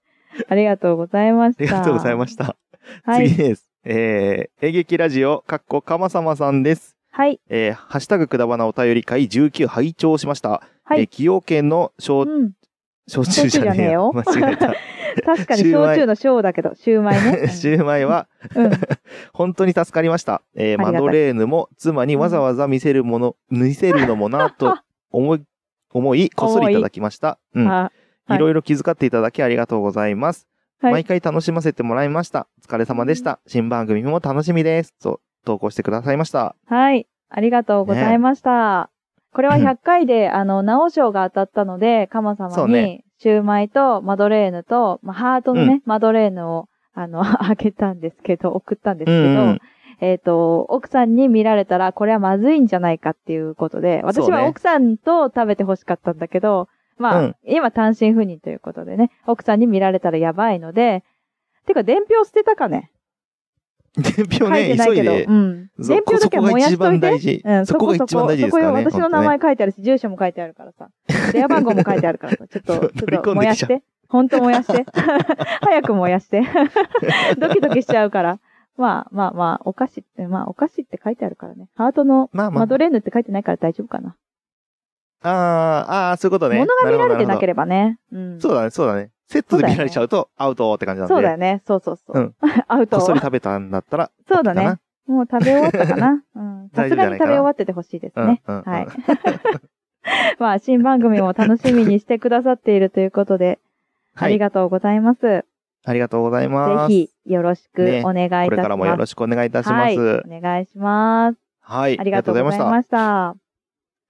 [SPEAKER 2] ありがとうございまし
[SPEAKER 1] あ
[SPEAKER 2] た。。
[SPEAKER 1] りがとうございましたた。
[SPEAKER 2] は
[SPEAKER 1] 次
[SPEAKER 2] い。
[SPEAKER 1] です。えー、演劇ラジオ、かっこかまさまさんです。
[SPEAKER 2] はい。
[SPEAKER 1] えー、ハッシュタグくだばなお便り会19拝聴しました。え
[SPEAKER 2] はい
[SPEAKER 1] ー、崎陽軒の
[SPEAKER 2] う
[SPEAKER 1] 焼、
[SPEAKER 2] ん。
[SPEAKER 1] 焼酎じゃねえよ。
[SPEAKER 2] 焼酎じゃねえよ
[SPEAKER 1] <laughs> 間違えた。
[SPEAKER 2] 確かに、
[SPEAKER 1] シューマイ
[SPEAKER 2] 焼酎の小だけど、シューマイ
[SPEAKER 1] <laughs> シ
[SPEAKER 2] ね。
[SPEAKER 1] ューマイは、
[SPEAKER 2] うん。
[SPEAKER 1] <laughs> 本当に助かりました。えー
[SPEAKER 2] ありがた
[SPEAKER 1] マ
[SPEAKER 2] い
[SPEAKER 1] ドレーヌも妻にわざわざ見せるもの、見せるのもなぁ
[SPEAKER 2] <laughs>
[SPEAKER 1] と思い、思い、こっそりいただきました。う。
[SPEAKER 2] うんん。あはい
[SPEAKER 1] いろいろ気遣っていただきありがとうございます。
[SPEAKER 2] はい
[SPEAKER 1] 毎回楽しませてもらいました。お疲れ様でした。新番組も楽しみです。と投稿してくださいました。
[SPEAKER 2] はい。ありがとうございました。これは100回で、あの、直賞が当たったので、カマ
[SPEAKER 1] そ
[SPEAKER 2] 様
[SPEAKER 1] うね
[SPEAKER 2] に、シューマイとマドレーヌと、まあ、ハートのね、
[SPEAKER 1] う
[SPEAKER 2] マドレーヌを、あの、 <laughs> あげたんですけど、送ったんですけど、
[SPEAKER 1] うんうん
[SPEAKER 2] えっ、と、奥さんに見られたら、これはまずいんじゃないかっていうことで、私
[SPEAKER 1] そうね
[SPEAKER 2] は奥さんと食べて欲しかったんだけど、まあ、
[SPEAKER 1] うん
[SPEAKER 2] 今単身赴任ということでね、奥さんに見られたらやばいので、てか、伝票捨てたかね
[SPEAKER 1] 伝票
[SPEAKER 2] 書い
[SPEAKER 1] ね、
[SPEAKER 2] てな
[SPEAKER 1] 急
[SPEAKER 2] い
[SPEAKER 1] い
[SPEAKER 2] けど、
[SPEAKER 1] で
[SPEAKER 2] う。ん。
[SPEAKER 1] そ
[SPEAKER 2] 伝票だけは燃やしといて。
[SPEAKER 1] 事
[SPEAKER 2] うん、
[SPEAKER 1] そこが一番大事です
[SPEAKER 2] そこ
[SPEAKER 1] か
[SPEAKER 2] よ
[SPEAKER 1] らね。
[SPEAKER 2] 私の名前書いてあるし、住所も書いてあるからさ。電話番号も書いてあ
[SPEAKER 1] <laughs>
[SPEAKER 2] るからさ。ちょっと、
[SPEAKER 1] そう
[SPEAKER 2] ち
[SPEAKER 1] 乗り
[SPEAKER 2] ょっと
[SPEAKER 1] 込ん
[SPEAKER 2] 燃
[SPEAKER 1] で
[SPEAKER 2] や
[SPEAKER 1] きちゃ
[SPEAKER 2] し
[SPEAKER 1] う
[SPEAKER 2] て。本当燃やして。 <laughs> 早く燃やして。 <laughs> ドキドキしちゃうから。まあまあまあ、お菓子って、まあお菓子って書いてあるからね。ハートの
[SPEAKER 1] まあま
[SPEAKER 2] マ
[SPEAKER 1] あ。
[SPEAKER 2] ドレーヌって書いてないから大丈夫かな。
[SPEAKER 1] ああ、ああ、そういうことね。
[SPEAKER 2] 物が見られてなけ
[SPEAKER 1] れ
[SPEAKER 2] ればね。うん。
[SPEAKER 1] そうだね、そうだね。セットで見られちゃうとアウトって感じなんで。
[SPEAKER 2] そうだよね。そうそうそう。
[SPEAKER 1] うん
[SPEAKER 2] <laughs> アウト
[SPEAKER 1] こっそり食べたんだったら、
[SPEAKER 2] そうだ
[SPEAKER 1] いいか
[SPEAKER 2] ね。もう食べ終わった
[SPEAKER 1] <laughs>
[SPEAKER 2] かな。うん。さ
[SPEAKER 1] 大丈夫じ
[SPEAKER 2] す
[SPEAKER 1] ゃ
[SPEAKER 2] が
[SPEAKER 1] な
[SPEAKER 2] に
[SPEAKER 1] い
[SPEAKER 2] 食
[SPEAKER 1] かな
[SPEAKER 2] べ終わっててほしいですね。
[SPEAKER 1] うんうんうん
[SPEAKER 2] はい。 <laughs> まあ、新番組も楽しみにしてくださっているということで、
[SPEAKER 1] は
[SPEAKER 2] あり
[SPEAKER 1] い。
[SPEAKER 2] がとうございます。ぜ
[SPEAKER 1] ありがとうございます。
[SPEAKER 2] ひ、よろしくお願いい
[SPEAKER 1] こ
[SPEAKER 2] たします。
[SPEAKER 1] れからもよろしくお願いいたします。はい。
[SPEAKER 2] はい。お願いします。ありがとうございました。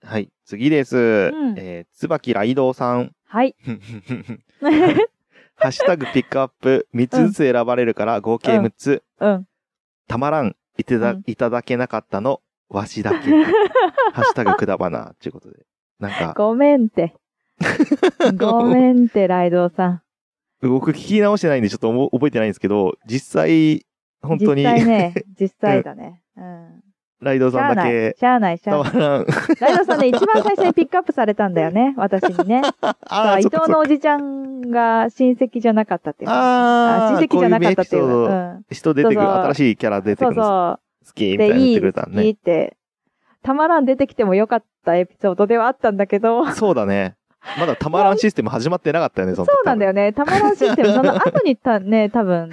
[SPEAKER 1] た。はい。次です。
[SPEAKER 2] ん
[SPEAKER 1] えー、椿雷道さん。
[SPEAKER 2] はい。 <laughs>
[SPEAKER 1] ハ <laughs> ハッシュタグピックアップ、3つずつ選ばれるから合計6つ、
[SPEAKER 2] うん。
[SPEAKER 1] たまらん、いてだ
[SPEAKER 2] うん、
[SPEAKER 1] いただけなかったの、わしだ
[SPEAKER 2] <laughs>
[SPEAKER 1] け。ハッシュタグくだばな、ということで。なんか、
[SPEAKER 2] ごめんって。ごめんって、ライドウさん。
[SPEAKER 1] <laughs> 僕聞き直してないんでちょっと思覚えてないんですけど、実際、本当に
[SPEAKER 2] 実、際ね、実際だ
[SPEAKER 1] <laughs>
[SPEAKER 2] ね。うん。
[SPEAKER 1] ライド
[SPEAKER 2] しゃ
[SPEAKER 1] さ
[SPEAKER 2] あ
[SPEAKER 1] んだ
[SPEAKER 2] な
[SPEAKER 1] け
[SPEAKER 2] い。、しゃあない、しゃ
[SPEAKER 1] た
[SPEAKER 2] あ
[SPEAKER 1] ま
[SPEAKER 2] ない。
[SPEAKER 1] らん。
[SPEAKER 2] ライドウさんね、一番最初にピックアップされたんだよね、私にね。
[SPEAKER 1] <laughs> あ
[SPEAKER 2] そう
[SPEAKER 1] ー
[SPEAKER 2] 伊
[SPEAKER 1] そっかそっか
[SPEAKER 2] 藤のおじちゃんが親戚じゃなかったっていうか。
[SPEAKER 1] ああ、
[SPEAKER 2] あ親戚じゃなかったってい
[SPEAKER 1] こ
[SPEAKER 2] う
[SPEAKER 1] ういうエピソード
[SPEAKER 2] か。
[SPEAKER 1] 人出てくる、
[SPEAKER 2] そうそう
[SPEAKER 1] 新しいキャラ
[SPEAKER 2] う
[SPEAKER 1] 出
[SPEAKER 2] ん。
[SPEAKER 1] てく
[SPEAKER 2] そ
[SPEAKER 1] る
[SPEAKER 2] うん
[SPEAKER 1] です。好
[SPEAKER 2] そう。
[SPEAKER 1] きみたい
[SPEAKER 2] で、
[SPEAKER 1] なの言っ
[SPEAKER 2] いい、
[SPEAKER 1] てくれたん
[SPEAKER 2] いい
[SPEAKER 1] ね。
[SPEAKER 2] って。たまらん出てきてもよかったエピソードではあったんだけど、
[SPEAKER 1] そうだね。まだたまらんシステム始まってなかったよ <laughs> ね、そ
[SPEAKER 2] そう
[SPEAKER 1] の時
[SPEAKER 2] なんだよね。たまらんシステム、その後
[SPEAKER 1] <laughs>
[SPEAKER 2] にた、ね、多分、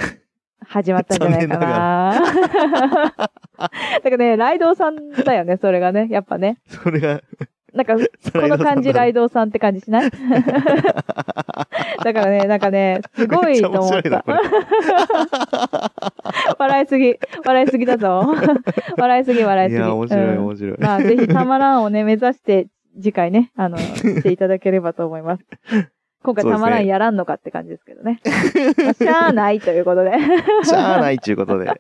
[SPEAKER 2] 始まったんじゃないかな。 <laughs> だからね、ライドウさんだよね、それがね。やっぱね。
[SPEAKER 1] それが、
[SPEAKER 2] なんか、こ
[SPEAKER 1] それが
[SPEAKER 2] の感じ、ライドウさんって感じしない <laughs> だからね、なんかね、すごいと思
[SPEAKER 1] め
[SPEAKER 2] っ
[SPEAKER 1] っちゃ面白いな
[SPEAKER 2] た
[SPEAKER 1] こ。れ
[SPEAKER 2] <laughs> 笑いすぎ。笑いすぎだぞ。 <laughs> 笑いすぎ、笑い
[SPEAKER 1] い
[SPEAKER 2] すぎ。
[SPEAKER 1] や、面白い、
[SPEAKER 2] うん
[SPEAKER 1] 面白い。
[SPEAKER 2] まあ、ぜひたまらんをね、目指して、次回ね、あの、していただければと思い
[SPEAKER 1] <laughs>
[SPEAKER 2] ます。今回
[SPEAKER 1] そうですね
[SPEAKER 2] たまらんやらんのかって感じですけどね。まあしゃあないというこ
[SPEAKER 1] <laughs>
[SPEAKER 2] とで。
[SPEAKER 1] しゃあないちゅうことで。もう、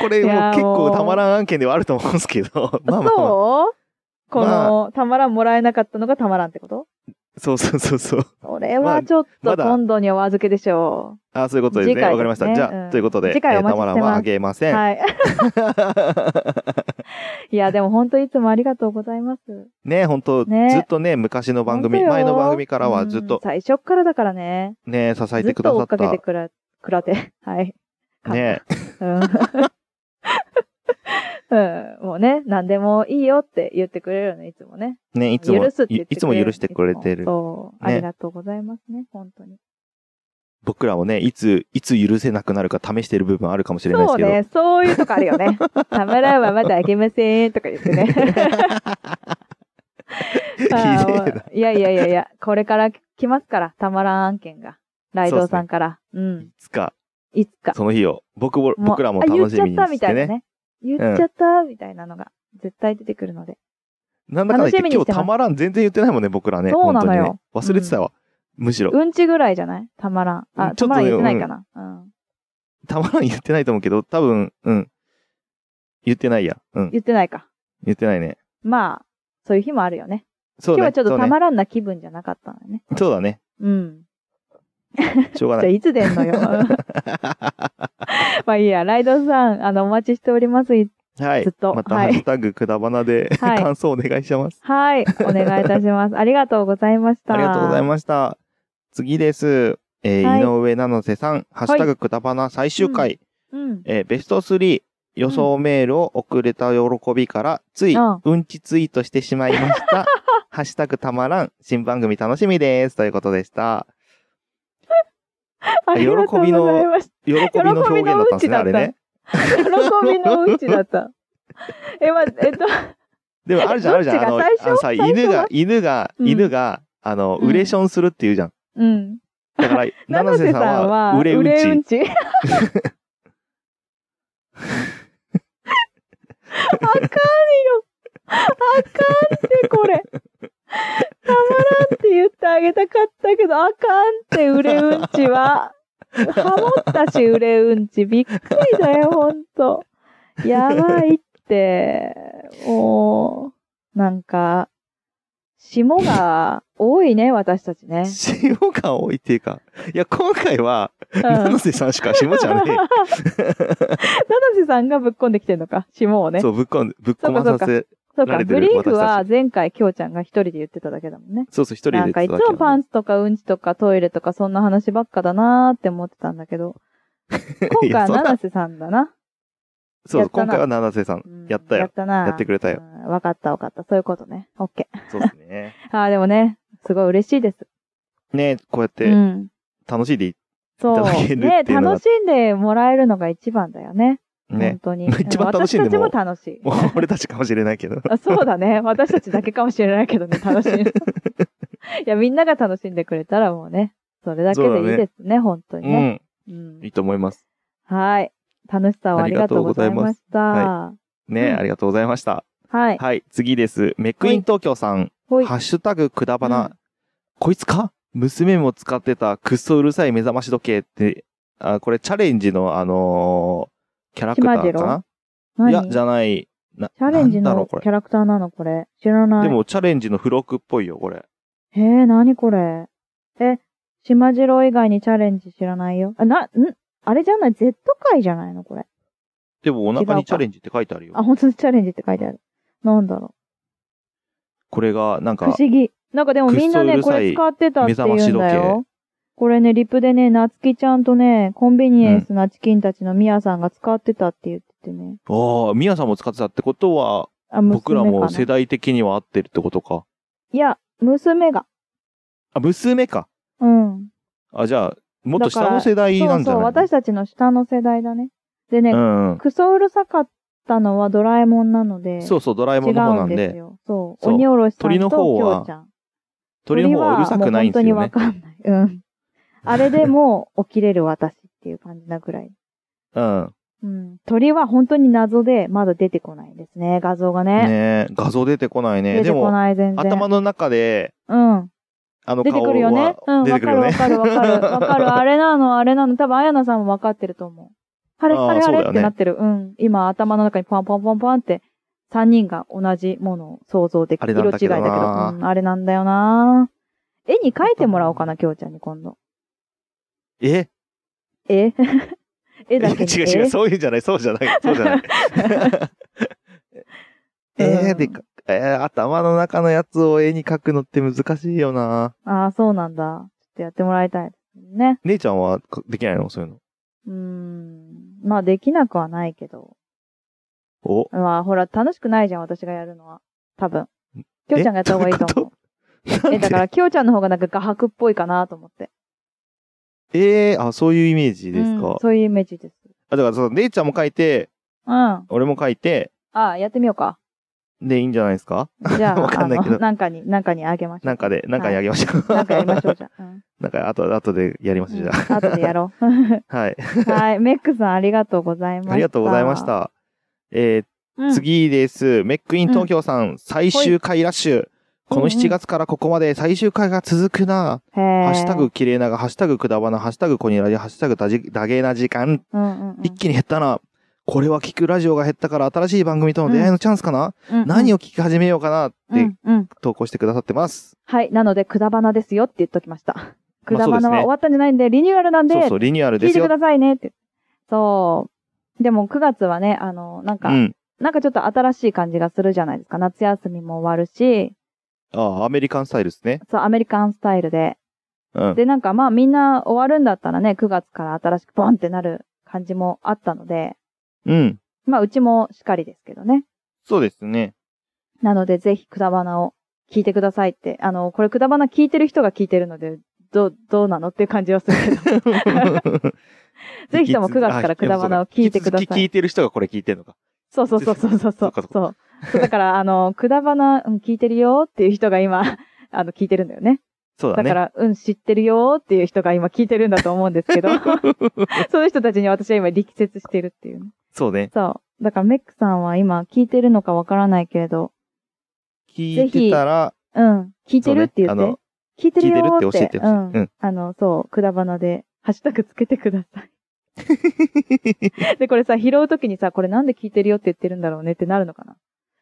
[SPEAKER 1] これ、
[SPEAKER 2] い
[SPEAKER 1] もう
[SPEAKER 2] や
[SPEAKER 1] 結構
[SPEAKER 2] もう
[SPEAKER 1] たまらん案件ではあると思うんですけど。 <laughs> まあまあまあ、
[SPEAKER 2] そうこの、
[SPEAKER 1] ま
[SPEAKER 2] たまらんもらえなかったのがたまらんってこと
[SPEAKER 1] そうそうそうそう。
[SPEAKER 2] それ
[SPEAKER 1] まあ
[SPEAKER 2] はちょっ
[SPEAKER 1] ま
[SPEAKER 2] と
[SPEAKER 1] だ
[SPEAKER 2] 今度にお預けでしょ
[SPEAKER 1] あそういうことです
[SPEAKER 2] 次
[SPEAKER 1] ね。
[SPEAKER 2] 回ですね
[SPEAKER 1] わかりました。じゃ
[SPEAKER 2] うん
[SPEAKER 1] あ、ということで、
[SPEAKER 2] 次回お
[SPEAKER 1] えー
[SPEAKER 2] 待
[SPEAKER 1] た
[SPEAKER 2] ち
[SPEAKER 1] まら
[SPEAKER 2] してます
[SPEAKER 1] んはあげま
[SPEAKER 2] う。
[SPEAKER 1] せん。 <laughs>
[SPEAKER 2] はい。いや、でも本当いつもありがとうございます。
[SPEAKER 1] ね、本当ず
[SPEAKER 2] ね
[SPEAKER 1] っとね、昔の番組、
[SPEAKER 2] 本当よ
[SPEAKER 1] 前の番組からはずっ
[SPEAKER 2] うん
[SPEAKER 1] と
[SPEAKER 2] 最初っからだからね。
[SPEAKER 1] ね、支え
[SPEAKER 2] ずって
[SPEAKER 1] くだ
[SPEAKER 2] と追
[SPEAKER 1] さっ
[SPEAKER 2] っかけて
[SPEAKER 1] た。
[SPEAKER 2] くら、くらて。 <laughs> はい。か
[SPEAKER 1] ね、
[SPEAKER 2] うんうん、 <laughs> もうね、何でもいいよって言ってくれるよね、いつもね。
[SPEAKER 1] ね、いつも、
[SPEAKER 2] 許すって言
[SPEAKER 1] い
[SPEAKER 2] って
[SPEAKER 1] い
[SPEAKER 2] く
[SPEAKER 1] つも
[SPEAKER 2] れる
[SPEAKER 1] 許してくれて
[SPEAKER 2] い
[SPEAKER 1] る
[SPEAKER 2] つ。もそう、
[SPEAKER 1] ね
[SPEAKER 2] ありがとうございますね、本当に。
[SPEAKER 1] 僕らもね、いつ、いつ許せなくなるか試してる部分あるかもしれないで
[SPEAKER 2] そ
[SPEAKER 1] す
[SPEAKER 2] う
[SPEAKER 1] けど。
[SPEAKER 2] ね、そういうとこある
[SPEAKER 1] <laughs>
[SPEAKER 2] よね。たまらんはまだあげませんとか言ってね。
[SPEAKER 1] <laughs> ひで
[SPEAKER 2] あ
[SPEAKER 1] え
[SPEAKER 2] ー <laughs> いやいやいやいや、これから来ますから、たまらん案件が。ライドウさんから。う
[SPEAKER 1] な。
[SPEAKER 2] ん
[SPEAKER 1] い。つか、
[SPEAKER 2] いつか。
[SPEAKER 1] その日を、僕も、
[SPEAKER 2] う
[SPEAKER 1] 僕らも楽しみに
[SPEAKER 2] あ言っちゃった
[SPEAKER 1] し
[SPEAKER 2] みた
[SPEAKER 1] て
[SPEAKER 2] いな
[SPEAKER 1] ね。
[SPEAKER 2] ね。言っちゃったみたいなのが、絶対出てくるので。
[SPEAKER 1] なんだかんだ言っ
[SPEAKER 2] 楽しみ
[SPEAKER 1] て、
[SPEAKER 2] にして
[SPEAKER 1] 今
[SPEAKER 2] ます
[SPEAKER 1] 日たまらん全然言ってないもんね、僕らね。
[SPEAKER 2] そう
[SPEAKER 1] 本
[SPEAKER 2] な
[SPEAKER 1] 当
[SPEAKER 2] の
[SPEAKER 1] に
[SPEAKER 2] よ
[SPEAKER 1] ね。忘れてたわ。むしろ。
[SPEAKER 2] うんちぐらいじゃないたまらん。
[SPEAKER 1] う
[SPEAKER 2] あ、
[SPEAKER 1] んちょ
[SPEAKER 2] た
[SPEAKER 1] っとね
[SPEAKER 2] まらん言ってないかな。うん。
[SPEAKER 1] たまらん言ってないと思うけど、多分、うん。言ってないや。うん。
[SPEAKER 2] 言ってないか。
[SPEAKER 1] 言ってないね。
[SPEAKER 2] まあ、そういう日もあるよね。
[SPEAKER 1] そう
[SPEAKER 2] 今
[SPEAKER 1] だね。
[SPEAKER 2] 日はちょっ
[SPEAKER 1] そ
[SPEAKER 2] と
[SPEAKER 1] う
[SPEAKER 2] た
[SPEAKER 1] ね
[SPEAKER 2] まらんな気分じゃなかったのよね。
[SPEAKER 1] そうだね。
[SPEAKER 2] うん。
[SPEAKER 1] しょうが
[SPEAKER 2] じゃ
[SPEAKER 1] な
[SPEAKER 2] あ <laughs>
[SPEAKER 1] い。
[SPEAKER 2] いつ出
[SPEAKER 1] <laughs>
[SPEAKER 2] んのよ。まあいいや、ライドさん、あの、お待ちしております。い
[SPEAKER 1] はい。
[SPEAKER 2] ずっと
[SPEAKER 1] また、
[SPEAKER 2] はい
[SPEAKER 1] ハッシュタグくだばなで、
[SPEAKER 2] はい
[SPEAKER 1] <laughs> 感想お願いします。
[SPEAKER 2] はい、お願いいた
[SPEAKER 1] <laughs>
[SPEAKER 2] します。ありがとうございました。
[SPEAKER 1] ありがとうござい
[SPEAKER 2] ま
[SPEAKER 1] ました。次です。えー
[SPEAKER 2] はい
[SPEAKER 1] 井上七瀬さん、ハッシュタグくだばな最終回、
[SPEAKER 2] す。うん。
[SPEAKER 1] えーベスト3予想メールを送れた喜びから、つい、
[SPEAKER 2] うん
[SPEAKER 1] うんちツイートしてしまいま
[SPEAKER 2] <laughs>
[SPEAKER 1] した。ハッシュタグたまらん、新番組楽しみです。ということでした。
[SPEAKER 2] ありがとうございました。
[SPEAKER 1] 喜びの表現だったんですね、あれね。
[SPEAKER 2] 喜びのうんちだった。え、ま、えっと、
[SPEAKER 1] でもあるじゃん、あるじゃん。あ
[SPEAKER 2] どっ
[SPEAKER 1] の、
[SPEAKER 2] ちが
[SPEAKER 1] あのさ、
[SPEAKER 2] 最初最初
[SPEAKER 1] 犬
[SPEAKER 2] は
[SPEAKER 1] が、犬が、
[SPEAKER 2] うん
[SPEAKER 1] 犬が、あの、
[SPEAKER 2] うん
[SPEAKER 1] ウレションするって言うじゃん。
[SPEAKER 2] うん。
[SPEAKER 1] だから、
[SPEAKER 2] <laughs> 七
[SPEAKER 1] 七
[SPEAKER 2] 瀬
[SPEAKER 1] 瀬
[SPEAKER 2] さ
[SPEAKER 1] さ
[SPEAKER 2] ん
[SPEAKER 1] ん
[SPEAKER 2] は、
[SPEAKER 1] は、売れうんち。
[SPEAKER 2] ち。わかんよ。あかんって、これ。たまらんって言ってあげたかったけど、あかんって、売れうんちは。ハモったし、売れうんち。びっくりだよ、ほんと。やばいって。もう、なんか、霜が多いね、私たちね。
[SPEAKER 1] 塩感多いっていうか。いや、今回は、
[SPEAKER 2] うん
[SPEAKER 1] 七瀬さんしか塩じゃね
[SPEAKER 2] 七瀬さんがぶっこんできてるのか、霜を
[SPEAKER 1] え。
[SPEAKER 2] <laughs> ね。
[SPEAKER 1] そ、
[SPEAKER 2] そう
[SPEAKER 1] ぶっこん、ぶっこまさせ。
[SPEAKER 2] うか、
[SPEAKER 1] 慣れて
[SPEAKER 2] ブ
[SPEAKER 1] る
[SPEAKER 2] リーフは
[SPEAKER 1] 私
[SPEAKER 2] 前回、きょうちゃんが一人で言ってただけだもんね。
[SPEAKER 1] そうそう、一人で
[SPEAKER 2] なんかいつもパンツとかうんちとかトイレとかそんな話ばっかだなーって思ってたんだけ
[SPEAKER 1] <laughs>
[SPEAKER 2] ど、今回は七
[SPEAKER 1] な。
[SPEAKER 2] 瀬さんだな。
[SPEAKER 1] そう
[SPEAKER 2] や
[SPEAKER 1] そ
[SPEAKER 2] っ
[SPEAKER 1] う、
[SPEAKER 2] たな
[SPEAKER 1] 今回は七瀬さん
[SPEAKER 2] うん。
[SPEAKER 1] やった
[SPEAKER 2] や
[SPEAKER 1] よ
[SPEAKER 2] っ。たな
[SPEAKER 1] やってくれたよ。
[SPEAKER 2] うんわかったわかった。そういうことね。オッケー。
[SPEAKER 1] そうですね。
[SPEAKER 2] ああ、でもね、すごい嬉しいです。
[SPEAKER 1] <laughs> ねこうやっ
[SPEAKER 2] う
[SPEAKER 1] て、
[SPEAKER 2] ん。
[SPEAKER 1] 楽しいでい
[SPEAKER 2] そう。
[SPEAKER 1] いただけるっていうの
[SPEAKER 2] ね
[SPEAKER 1] が
[SPEAKER 2] 楽しんでもらえるのが一番だよね。
[SPEAKER 1] い。ね
[SPEAKER 2] 本。当に。
[SPEAKER 1] <laughs> 一番楽しんでも
[SPEAKER 2] うん私たちも楽しい。
[SPEAKER 1] もう、 <laughs> 俺たちかもしれないけど。
[SPEAKER 2] あそうだ <laughs> ね。私たちだけかもしれないけどね、楽し
[SPEAKER 1] <laughs>
[SPEAKER 2] いの。いや、みんなが楽しんでくれたらもうね、それだけでいいですね、本当に
[SPEAKER 1] う
[SPEAKER 2] ね。
[SPEAKER 1] ん。
[SPEAKER 2] うん
[SPEAKER 1] いいと思います。
[SPEAKER 2] はい。楽しさをありがとうございました。は
[SPEAKER 1] ね、
[SPEAKER 2] うん
[SPEAKER 1] ありがとうございました。
[SPEAKER 2] い。
[SPEAKER 1] はい、次です。メックイン東京さん、
[SPEAKER 2] ほい。
[SPEAKER 1] ハッシュタグくだばな、
[SPEAKER 2] うん
[SPEAKER 1] こいつか娘も使ってたくっそうるさい目覚まし時計って、あ、これチャレンジのあのーキャラクターかな
[SPEAKER 2] 何
[SPEAKER 1] いや、じゃない。な
[SPEAKER 2] チャレンジ
[SPEAKER 1] なんだろ
[SPEAKER 2] の
[SPEAKER 1] うこれ
[SPEAKER 2] キャラクターなのこれ。知らない。
[SPEAKER 1] でも、チャレンジの付録っぽいよ、これ。
[SPEAKER 2] へえ、なにこれ。え、島次郎以外にチャレンジ知らないよ。あ、な、んあれじゃない ?Z 回じゃないのこれ。
[SPEAKER 1] でも、お
[SPEAKER 2] 違
[SPEAKER 1] 腹
[SPEAKER 2] うか
[SPEAKER 1] にチャレンジって書いてあるよ
[SPEAKER 2] あ、。本当にチャレンジって書いてある。なんだろ
[SPEAKER 1] これが、なん
[SPEAKER 2] う。不
[SPEAKER 1] か、
[SPEAKER 2] 思議。なんかでもみんな
[SPEAKER 1] く
[SPEAKER 2] ね、
[SPEAKER 1] っそう
[SPEAKER 2] こ
[SPEAKER 1] るさい
[SPEAKER 2] れ使ってたって言うん
[SPEAKER 1] 目
[SPEAKER 2] だ
[SPEAKER 1] 覚まし
[SPEAKER 2] よ。これね、リプでね、なつきちゃんとね、コンビニエンスなチキンたちのみやさんが使ってたって言っててね。
[SPEAKER 1] ああ、みやさんも使ってたってことは、
[SPEAKER 2] あ、娘
[SPEAKER 1] 僕
[SPEAKER 2] かな
[SPEAKER 1] らも世代的には合ってるってことか。
[SPEAKER 2] いや、娘が。
[SPEAKER 1] あ、娘か。
[SPEAKER 2] うん。
[SPEAKER 1] あ、じゃあ、もっと下
[SPEAKER 2] だか
[SPEAKER 1] の
[SPEAKER 2] ら
[SPEAKER 1] 世代
[SPEAKER 2] そ
[SPEAKER 1] な
[SPEAKER 2] うん
[SPEAKER 1] じ
[SPEAKER 2] そ
[SPEAKER 1] ゃ
[SPEAKER 2] う、
[SPEAKER 1] ない
[SPEAKER 2] 私たちの下の世代だね。でね、
[SPEAKER 1] うんうん。
[SPEAKER 2] クソうるさかったのはドラえもんなので、
[SPEAKER 1] そうそう、ドラえもんの方
[SPEAKER 2] 違
[SPEAKER 1] な
[SPEAKER 2] うんんです
[SPEAKER 1] で、
[SPEAKER 2] よ。そう。
[SPEAKER 1] そう
[SPEAKER 2] 鬼おろしさん
[SPEAKER 1] 鳥の
[SPEAKER 2] とき
[SPEAKER 1] 方は
[SPEAKER 2] ょうちゃん。
[SPEAKER 1] 鳥の方はうるさくないんですよね
[SPEAKER 2] 鳥。はもう本当にわかんない。うん。あれでもう起きれる私っていう感じなぐらい。
[SPEAKER 1] うん。
[SPEAKER 2] うん。鳥は本当に謎で、まだ出てこないですね、画像がね。
[SPEAKER 1] ねえ画像出てこないね。
[SPEAKER 2] 出て
[SPEAKER 1] で
[SPEAKER 2] こ
[SPEAKER 1] も、
[SPEAKER 2] ない、全然。
[SPEAKER 1] 頭の中で、
[SPEAKER 2] うん。
[SPEAKER 1] あの
[SPEAKER 2] 出て
[SPEAKER 1] 顔
[SPEAKER 2] くるよね
[SPEAKER 1] は。
[SPEAKER 2] うん、
[SPEAKER 1] 出
[SPEAKER 2] わ
[SPEAKER 1] てく
[SPEAKER 2] か
[SPEAKER 1] る
[SPEAKER 2] る
[SPEAKER 1] よ
[SPEAKER 2] わ
[SPEAKER 1] ね。
[SPEAKER 2] かるわ
[SPEAKER 1] <laughs>
[SPEAKER 2] かる。わかる。あれなの、あれなの。多分、あやなさんもわかってると思う。あれ、
[SPEAKER 1] あー
[SPEAKER 2] あれ、
[SPEAKER 1] そ
[SPEAKER 2] あ
[SPEAKER 1] うだ
[SPEAKER 2] れ
[SPEAKER 1] よね
[SPEAKER 2] ってなってる。うん。今、頭の中にポンポンポンポンって、三人が同じものを想像でき
[SPEAKER 1] あ
[SPEAKER 2] る。
[SPEAKER 1] れなん
[SPEAKER 2] 色違い
[SPEAKER 1] だ
[SPEAKER 2] だ
[SPEAKER 1] け
[SPEAKER 2] け
[SPEAKER 1] ど
[SPEAKER 2] ど。
[SPEAKER 1] な
[SPEAKER 2] うん、あれなんだよな絵に描いてもらおうかな、きょうちゃんに今度。
[SPEAKER 1] え
[SPEAKER 2] 絵 <laughs> 絵だけ
[SPEAKER 1] <laughs>
[SPEAKER 2] に。
[SPEAKER 1] 違う違う、
[SPEAKER 2] 絵
[SPEAKER 1] そういうんじゃない、そうじゃ
[SPEAKER 2] <laughs>
[SPEAKER 1] ない、そうじゃない。えー、でか、えー、頭の中のやつを絵に描くのって難しいよな
[SPEAKER 2] ああ、そうなんだ。ちょっとやってもらいたいですね。
[SPEAKER 1] 姉ちゃんはかできないのそういうの。
[SPEAKER 2] うーん。まあ、できなくはないけど。
[SPEAKER 1] お
[SPEAKER 2] まあ、ほら、楽しくないじゃん、私がやるのは。多分。きょうちゃんがやった方がいいと思う。
[SPEAKER 1] なん
[SPEAKER 2] え、だか
[SPEAKER 1] で
[SPEAKER 2] ら、きょうちゃんの方がなんか画伯っぽいかなと思って。
[SPEAKER 1] えー、あ、そういうイメージです
[SPEAKER 2] うん
[SPEAKER 1] か。
[SPEAKER 2] そういうイメージです。
[SPEAKER 1] あ、だからその、姉ちゃんも描いて、
[SPEAKER 2] うん。あ
[SPEAKER 1] 俺も描いて、
[SPEAKER 2] あ、やってみようか。
[SPEAKER 1] で、いいんじゃないですか
[SPEAKER 2] じゃ
[SPEAKER 1] <laughs> わ
[SPEAKER 2] あ、
[SPEAKER 1] かんないけど
[SPEAKER 2] あの、なんかに、なんかにあげましょう。
[SPEAKER 1] なんかで、なんかにあげましょう。
[SPEAKER 2] なんかやりましょう、じゃあ。うん。
[SPEAKER 1] <laughs> なんか、あと、あとでやります、じゃ
[SPEAKER 2] うん後でやろう。 <laughs>
[SPEAKER 1] あ。はい。
[SPEAKER 2] はい。メックさん、ありがとうございました。
[SPEAKER 1] ありがとうございまし。た。えー
[SPEAKER 2] うん、
[SPEAKER 1] 次です。メックイン東京さん、最終回ラッシュ。この
[SPEAKER 2] うんうん
[SPEAKER 1] 7月からここまで最終回が続くな。
[SPEAKER 2] へ
[SPEAKER 1] ハ
[SPEAKER 2] ハ
[SPEAKER 1] ッシュタグ、綺麗なが、ハッシュタグくだばな、ハッシュタグこにらじ、ハッシュタグだじ、だげな時間。
[SPEAKER 2] うんうんうん、
[SPEAKER 1] 一気に減ったな。これは聞くラジオが減ったから新しい番組との出会いのチャンスかな、
[SPEAKER 2] うんうん
[SPEAKER 1] 何を聞き始めようかなっ
[SPEAKER 2] う
[SPEAKER 1] て
[SPEAKER 2] んうん。
[SPEAKER 1] 投稿してくださってます。
[SPEAKER 2] はい。なので、くだばなですよって言っときました。
[SPEAKER 1] <laughs>
[SPEAKER 2] く
[SPEAKER 1] まあ
[SPEAKER 2] だ
[SPEAKER 1] そうで
[SPEAKER 2] ば
[SPEAKER 1] す
[SPEAKER 2] な
[SPEAKER 1] ね
[SPEAKER 2] は終わったんじゃないんで、リニューアルなんで、
[SPEAKER 1] そうそう、リニューアル
[SPEAKER 2] 聞
[SPEAKER 1] で
[SPEAKER 2] い
[SPEAKER 1] す
[SPEAKER 2] てく
[SPEAKER 1] よ。
[SPEAKER 2] ださいねって。そう。でも、9月はね、あの、なん
[SPEAKER 1] う
[SPEAKER 2] か、
[SPEAKER 1] ん。
[SPEAKER 2] なんかちょっと新しい感じがするじゃないですか。夏休みも終わるし、
[SPEAKER 1] ああ、アメリカンスタイルですね。
[SPEAKER 2] そう、アメリカンスタイルで。
[SPEAKER 1] うん。
[SPEAKER 2] で、なんかまあみんな終わるんだったらね、9月から新しくボンってなる感じもあったので、
[SPEAKER 1] うん。
[SPEAKER 2] まあうちもしっかりですけどね。
[SPEAKER 1] そうですね。
[SPEAKER 2] なのでぜひくだばなを聞いてくださいって。あの、これくだばな聞いてる人が聞いてるので、どう、どうなのっていう感じはするけど。 <laughs> ぜひとも9月からくだばなを聞いてく
[SPEAKER 1] あでも
[SPEAKER 2] ださい
[SPEAKER 1] そうか聞き聞いてる人がこれ聞いてるのか。
[SPEAKER 2] そうそうそうそうそうそ
[SPEAKER 1] そっ
[SPEAKER 2] う
[SPEAKER 1] かそっ。
[SPEAKER 2] そう。そうだから、あの、 <laughs> くだばな、うん、聞いてるよっていう人が
[SPEAKER 1] <laughs>
[SPEAKER 2] 今、あの、聞いてるんだよね。
[SPEAKER 1] そうだ
[SPEAKER 2] だ
[SPEAKER 1] ね
[SPEAKER 2] か。ら、うん、知ってるよーっていう人が今聞いてるんだと思うんですけ
[SPEAKER 1] <laughs>
[SPEAKER 2] ど、そういう人たちに私は今力説してるっていうね。
[SPEAKER 1] そうね。
[SPEAKER 2] そう。だから、メックさんは今聞いてるのかわからないけれど、
[SPEAKER 1] 聞いてたら、
[SPEAKER 2] うん、聞いてるって言
[SPEAKER 1] そう
[SPEAKER 2] っ
[SPEAKER 1] ね
[SPEAKER 2] て、
[SPEAKER 1] あの
[SPEAKER 2] 聞いてるよ
[SPEAKER 1] 聞
[SPEAKER 2] ー
[SPEAKER 1] いる
[SPEAKER 2] って
[SPEAKER 1] って教えてほしい
[SPEAKER 2] うん、
[SPEAKER 1] うん
[SPEAKER 2] あの、そう、くだばなで、ハッシュタグつけてください。で、これさ、拾うときにさ、これなんで聞いてるよって言ってるんだろうねってなるのかな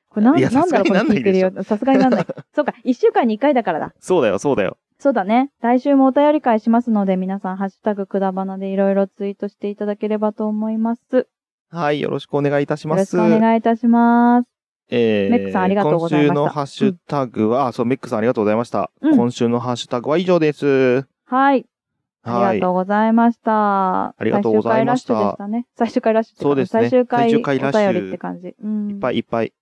[SPEAKER 2] これなん
[SPEAKER 1] いや
[SPEAKER 2] なんだろうこれ
[SPEAKER 1] さすがになんな
[SPEAKER 2] 聞
[SPEAKER 1] い
[SPEAKER 2] い
[SPEAKER 1] で
[SPEAKER 2] てる
[SPEAKER 1] しょ
[SPEAKER 2] よ。さすがにな
[SPEAKER 1] <laughs>
[SPEAKER 2] んない。そうか、一週間に一回だからだ。
[SPEAKER 1] <laughs> そうだよ、そうだよ。
[SPEAKER 2] そうだね。来週もお便り会しますので、皆さん、ハッシュタグくだばなでいろいろツイートしていただければと思います。よ
[SPEAKER 1] はい、よろしくお願いいたしま
[SPEAKER 2] ろし
[SPEAKER 1] す。
[SPEAKER 2] くお願いいたします。
[SPEAKER 1] えー
[SPEAKER 2] メックさんありがとうございました
[SPEAKER 1] 今週のハッシュタグは、あ、そう、メックさんありがとうございました。
[SPEAKER 2] うん
[SPEAKER 1] 今週のハッシュタグは以上です。
[SPEAKER 2] はい。あ
[SPEAKER 1] は
[SPEAKER 2] り
[SPEAKER 1] い
[SPEAKER 2] がと。うございました。あ
[SPEAKER 1] りがとうございました
[SPEAKER 2] 最終回ラッシュでしたね。最終回ラッシュっていか
[SPEAKER 1] そうですね
[SPEAKER 2] 最終回
[SPEAKER 1] 最終回ラッシュ
[SPEAKER 2] お便りって感じ。うん。
[SPEAKER 1] いっぱいいっぱい。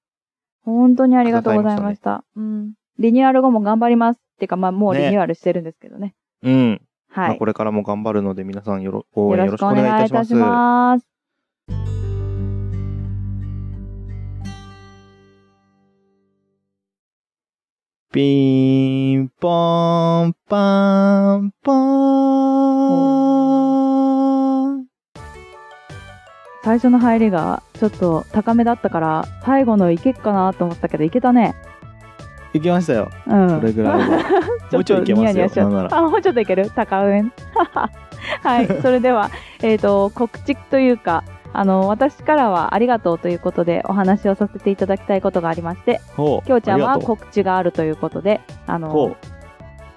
[SPEAKER 2] 本当にありがとうございました。うん。リニューアル後も頑張ります。ってか、まあ、もうリ
[SPEAKER 1] ね
[SPEAKER 2] ニューアルしてるんですけどね。
[SPEAKER 1] うん。ま
[SPEAKER 2] は
[SPEAKER 1] あ
[SPEAKER 2] い。
[SPEAKER 1] これからも頑張るので、皆さんよろ、応
[SPEAKER 2] よ
[SPEAKER 1] 援よ
[SPEAKER 2] ろし
[SPEAKER 1] ろし
[SPEAKER 2] く
[SPEAKER 1] くお
[SPEAKER 2] お
[SPEAKER 1] 願い
[SPEAKER 2] 願い
[SPEAKER 1] い
[SPEAKER 2] い
[SPEAKER 1] た
[SPEAKER 2] た
[SPEAKER 1] し
[SPEAKER 2] し
[SPEAKER 1] ま
[SPEAKER 2] ます。
[SPEAKER 1] す。ピンポーン、パン、ポーン。
[SPEAKER 2] 最初の入りがちょっと高めだったから、最後のいけっかなと思ったけど、いけたね。
[SPEAKER 1] 行きましたよ。
[SPEAKER 2] うん。
[SPEAKER 1] これぐらいは。もうちょい行けますよ。
[SPEAKER 2] <laughs> ちょっとニヤニヤしちゃ
[SPEAKER 1] な
[SPEAKER 2] うん
[SPEAKER 1] なら。
[SPEAKER 2] あ、もうちょっといける高め。 <laughs> はい、
[SPEAKER 1] <laughs>
[SPEAKER 2] それでは、えっ、と、告知というか、あの、私からはありがとうということでお話をさせていただきたいことがありまして、
[SPEAKER 1] ほう。
[SPEAKER 2] きょうちゃん
[SPEAKER 1] あ
[SPEAKER 2] は
[SPEAKER 1] りがと
[SPEAKER 2] 告知があるということで、あ
[SPEAKER 1] うほ
[SPEAKER 2] の、
[SPEAKER 1] う。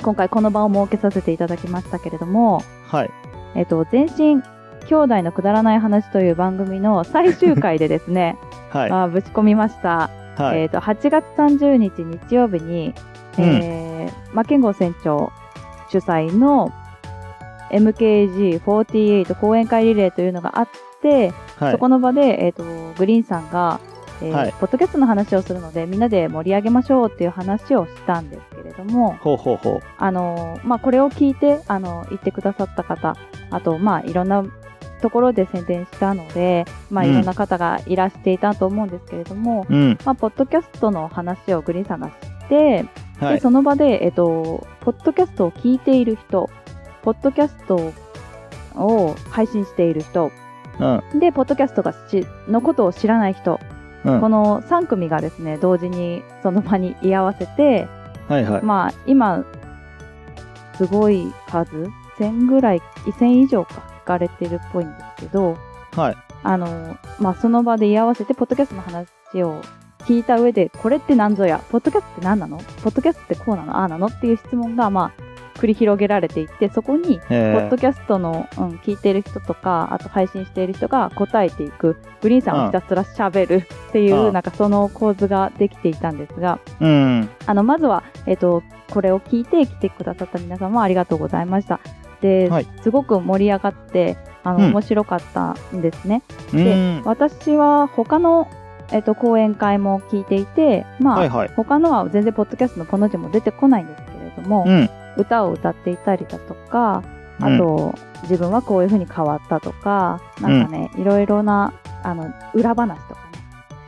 [SPEAKER 2] 今回この場を設けさせていただきましたけれども、
[SPEAKER 1] はい。
[SPEAKER 2] えっ、と、全身兄弟のくだらない話という番組の最終回でですね、
[SPEAKER 1] <laughs> はい。
[SPEAKER 2] あぶち込みました、
[SPEAKER 1] はい。
[SPEAKER 2] えっ、と、8月30日日曜日に、
[SPEAKER 1] うん
[SPEAKER 2] えー、マケンゴ船長主催の MKG48 講演会リレーというのがあって、
[SPEAKER 1] はい
[SPEAKER 2] そ。この場で、えっ、と、グリーンさんが、えー
[SPEAKER 1] はい
[SPEAKER 2] ポッドキャストの話をするので、みんなで盛り上げましょうっていう話をしたんですけれども、
[SPEAKER 1] ほうほうほう。
[SPEAKER 2] あのーまあ、これを聞いて、あのー言ってくださった方、あと、まあ、いろんなところで宣伝したので、まあ、
[SPEAKER 1] うん
[SPEAKER 2] いろんな方がいらしていたと思うんですけれども、
[SPEAKER 1] うん。
[SPEAKER 2] まあ、ポッドキャストの話をグリーンさんがして、
[SPEAKER 1] は
[SPEAKER 2] で
[SPEAKER 1] い。
[SPEAKER 2] その場で、えっと、ポッドキャストを聞いている人、ポッドキャストを配信している人、
[SPEAKER 1] うん。
[SPEAKER 2] で、ポッドキャストがしのことを知らない人、
[SPEAKER 1] うん。
[SPEAKER 2] こ
[SPEAKER 1] は
[SPEAKER 2] の3組がですね、同時にその場に居合わせて、
[SPEAKER 1] いはい。
[SPEAKER 2] まあ、今、すごい数、1000ぐらい、1000以上か、聞かれてるっぽいんですけど、
[SPEAKER 1] はい。
[SPEAKER 2] あの、まあ、その場で居合わせて、ポッドキャストの話を聞いた上で、これって何ぞや、ポッドキャストって何なのポッドキャストってこうなのああなのっていう質問が、まあ、繰り広げられていって、そこに、ポ
[SPEAKER 1] え
[SPEAKER 2] ッド
[SPEAKER 1] ー
[SPEAKER 2] キャストの、うん、聞いてる人とか、あと配信している人が答えていく、グリーンさんをひたすら喋るっていう、
[SPEAKER 1] うん
[SPEAKER 2] なんかその構図ができていたんですが、
[SPEAKER 1] うん。
[SPEAKER 2] あの、まずは、えっ、と、これを聞いて来てくださった皆様ありがとうございました。で、
[SPEAKER 1] はい
[SPEAKER 2] すごく盛り上がって、あの、
[SPEAKER 1] うん
[SPEAKER 2] 面白かったんですね。
[SPEAKER 1] うん。
[SPEAKER 2] 私は他の、えっ、と、講演会も聞いていて、まあ、
[SPEAKER 1] はいはい。
[SPEAKER 2] 他のは全然ポッドキャストのこの字も出てこないんですけれども、
[SPEAKER 1] うん。
[SPEAKER 2] 歌を歌っていたりだとか、
[SPEAKER 1] うん
[SPEAKER 2] あと、自分はこういう風に変わったとか、なんかね、いろいろな、あの、裏話とかね、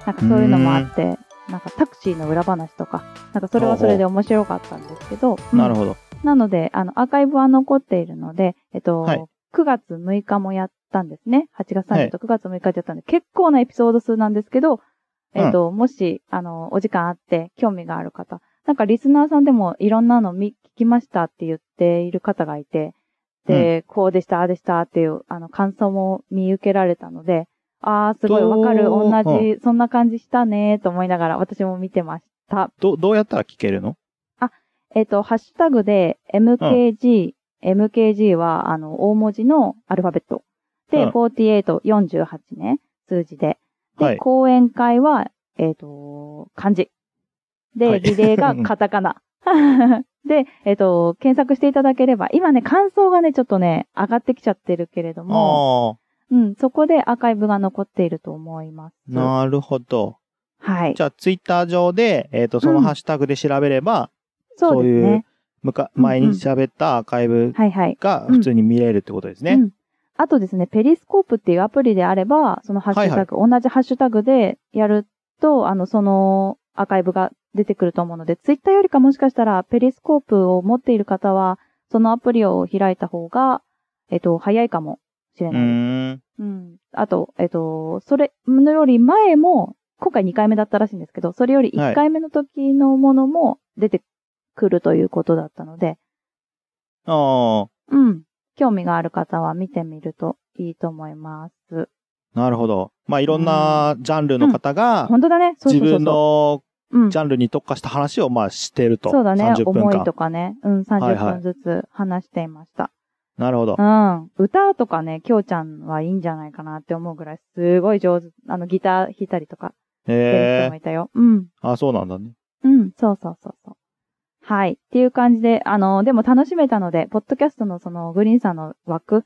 [SPEAKER 2] なんかそういうのもあって、なんかタクシーの裏話とか、なんかそれはそれで面白かったんですけど、うん
[SPEAKER 1] なるほど。
[SPEAKER 2] なので、あの、アーカイブは残っているので、えっと、
[SPEAKER 1] はい
[SPEAKER 2] 9月6日もやったんですね。8月
[SPEAKER 1] はい
[SPEAKER 2] 30と9月6日でやったんで、結構なエピソード数なんですけど、えっと、もし、あの、お時間あって、興味がある方、なんかリスナーさんでもいろんなの見、聞きましたって言っている方がいて、で、こうでした、ああでしたっていう、あの、感想も見受けられたので、あー、すごいわかる、
[SPEAKER 1] どう
[SPEAKER 2] 同じ、そんな感じしたねーと思いながら、私も見てました。
[SPEAKER 1] ど、どうやったら聞けるの
[SPEAKER 2] えっと、ハッシュタグで MKG、MKG は、あの、大文字のアルファベット。で、
[SPEAKER 1] うん
[SPEAKER 2] 48、48ね、数字で。で、
[SPEAKER 1] はい。
[SPEAKER 2] 講演会は、えっ、と、漢字。で、
[SPEAKER 1] はい
[SPEAKER 2] リレ
[SPEAKER 1] <laughs>
[SPEAKER 2] ーがカタカナ。 <laughs> で、えっ、と、検索していただければ、今ね、感想がね、ちょっとね、上がってきちゃってるけれども、
[SPEAKER 1] ああ、
[SPEAKER 2] うん、そこでアーカイブが残っていると思います。
[SPEAKER 1] なるほど。
[SPEAKER 2] はい
[SPEAKER 1] じ。ゃあ、ツイッター上で、えっと、そのハッシュタグで調べれば、
[SPEAKER 2] そうで
[SPEAKER 1] そうい
[SPEAKER 2] す
[SPEAKER 1] う
[SPEAKER 2] ね。
[SPEAKER 1] むか、
[SPEAKER 2] うんうん
[SPEAKER 1] 前に喋ったアーカイブ
[SPEAKER 2] はいはい。
[SPEAKER 1] が普通に見れるってことです
[SPEAKER 2] う
[SPEAKER 1] ね。
[SPEAKER 2] ん。あとですね、ペリスコープっていうアプリであれば、そのハッシュタグ、同じハッシュタグでやると、あの、そのアーカイブが出てくると思うので、ツイッターよりかもしかしたら、ペリスコープを持っている方は、そのアプリを開いた方が、えっと、早いかもしれ
[SPEAKER 1] う
[SPEAKER 2] ないです。
[SPEAKER 1] ーん。
[SPEAKER 2] うん。あと、えっと、それのより前も、今回2回目だったらしいんですけど、それより
[SPEAKER 1] はい
[SPEAKER 2] 1回目の時のものも出てくるということだったので、
[SPEAKER 1] あ
[SPEAKER 2] うん。興味がある方は見てみるといいと思います。
[SPEAKER 1] あ、なるほど。まあ、いろんなジャンルの方が、
[SPEAKER 2] 本当だね。そうそ
[SPEAKER 1] 自
[SPEAKER 2] うそう
[SPEAKER 1] 分
[SPEAKER 2] そう。
[SPEAKER 1] の
[SPEAKER 2] うん
[SPEAKER 1] ジャンルに特化した話を、まあ、してると。
[SPEAKER 2] そうだね。
[SPEAKER 1] 30分
[SPEAKER 2] 思い
[SPEAKER 1] 間
[SPEAKER 2] と。かね。うん、
[SPEAKER 1] はいは
[SPEAKER 2] 30
[SPEAKER 1] い
[SPEAKER 2] 分ずつ話していました。
[SPEAKER 1] なるほど。
[SPEAKER 2] うん。歌とかね、きょうちゃんはいいんじゃないかなって思うぐらい、すごい上手。あの、ギター弾いたりとか、して
[SPEAKER 1] え
[SPEAKER 2] る人も
[SPEAKER 1] え。
[SPEAKER 2] いたよ。うん。
[SPEAKER 1] あ、そうなんだね。
[SPEAKER 2] うん、そうそうそうそう。はい。っていう感じで、あの、でも楽しめたので、ポッドキャストのその、グリーンさんの枠、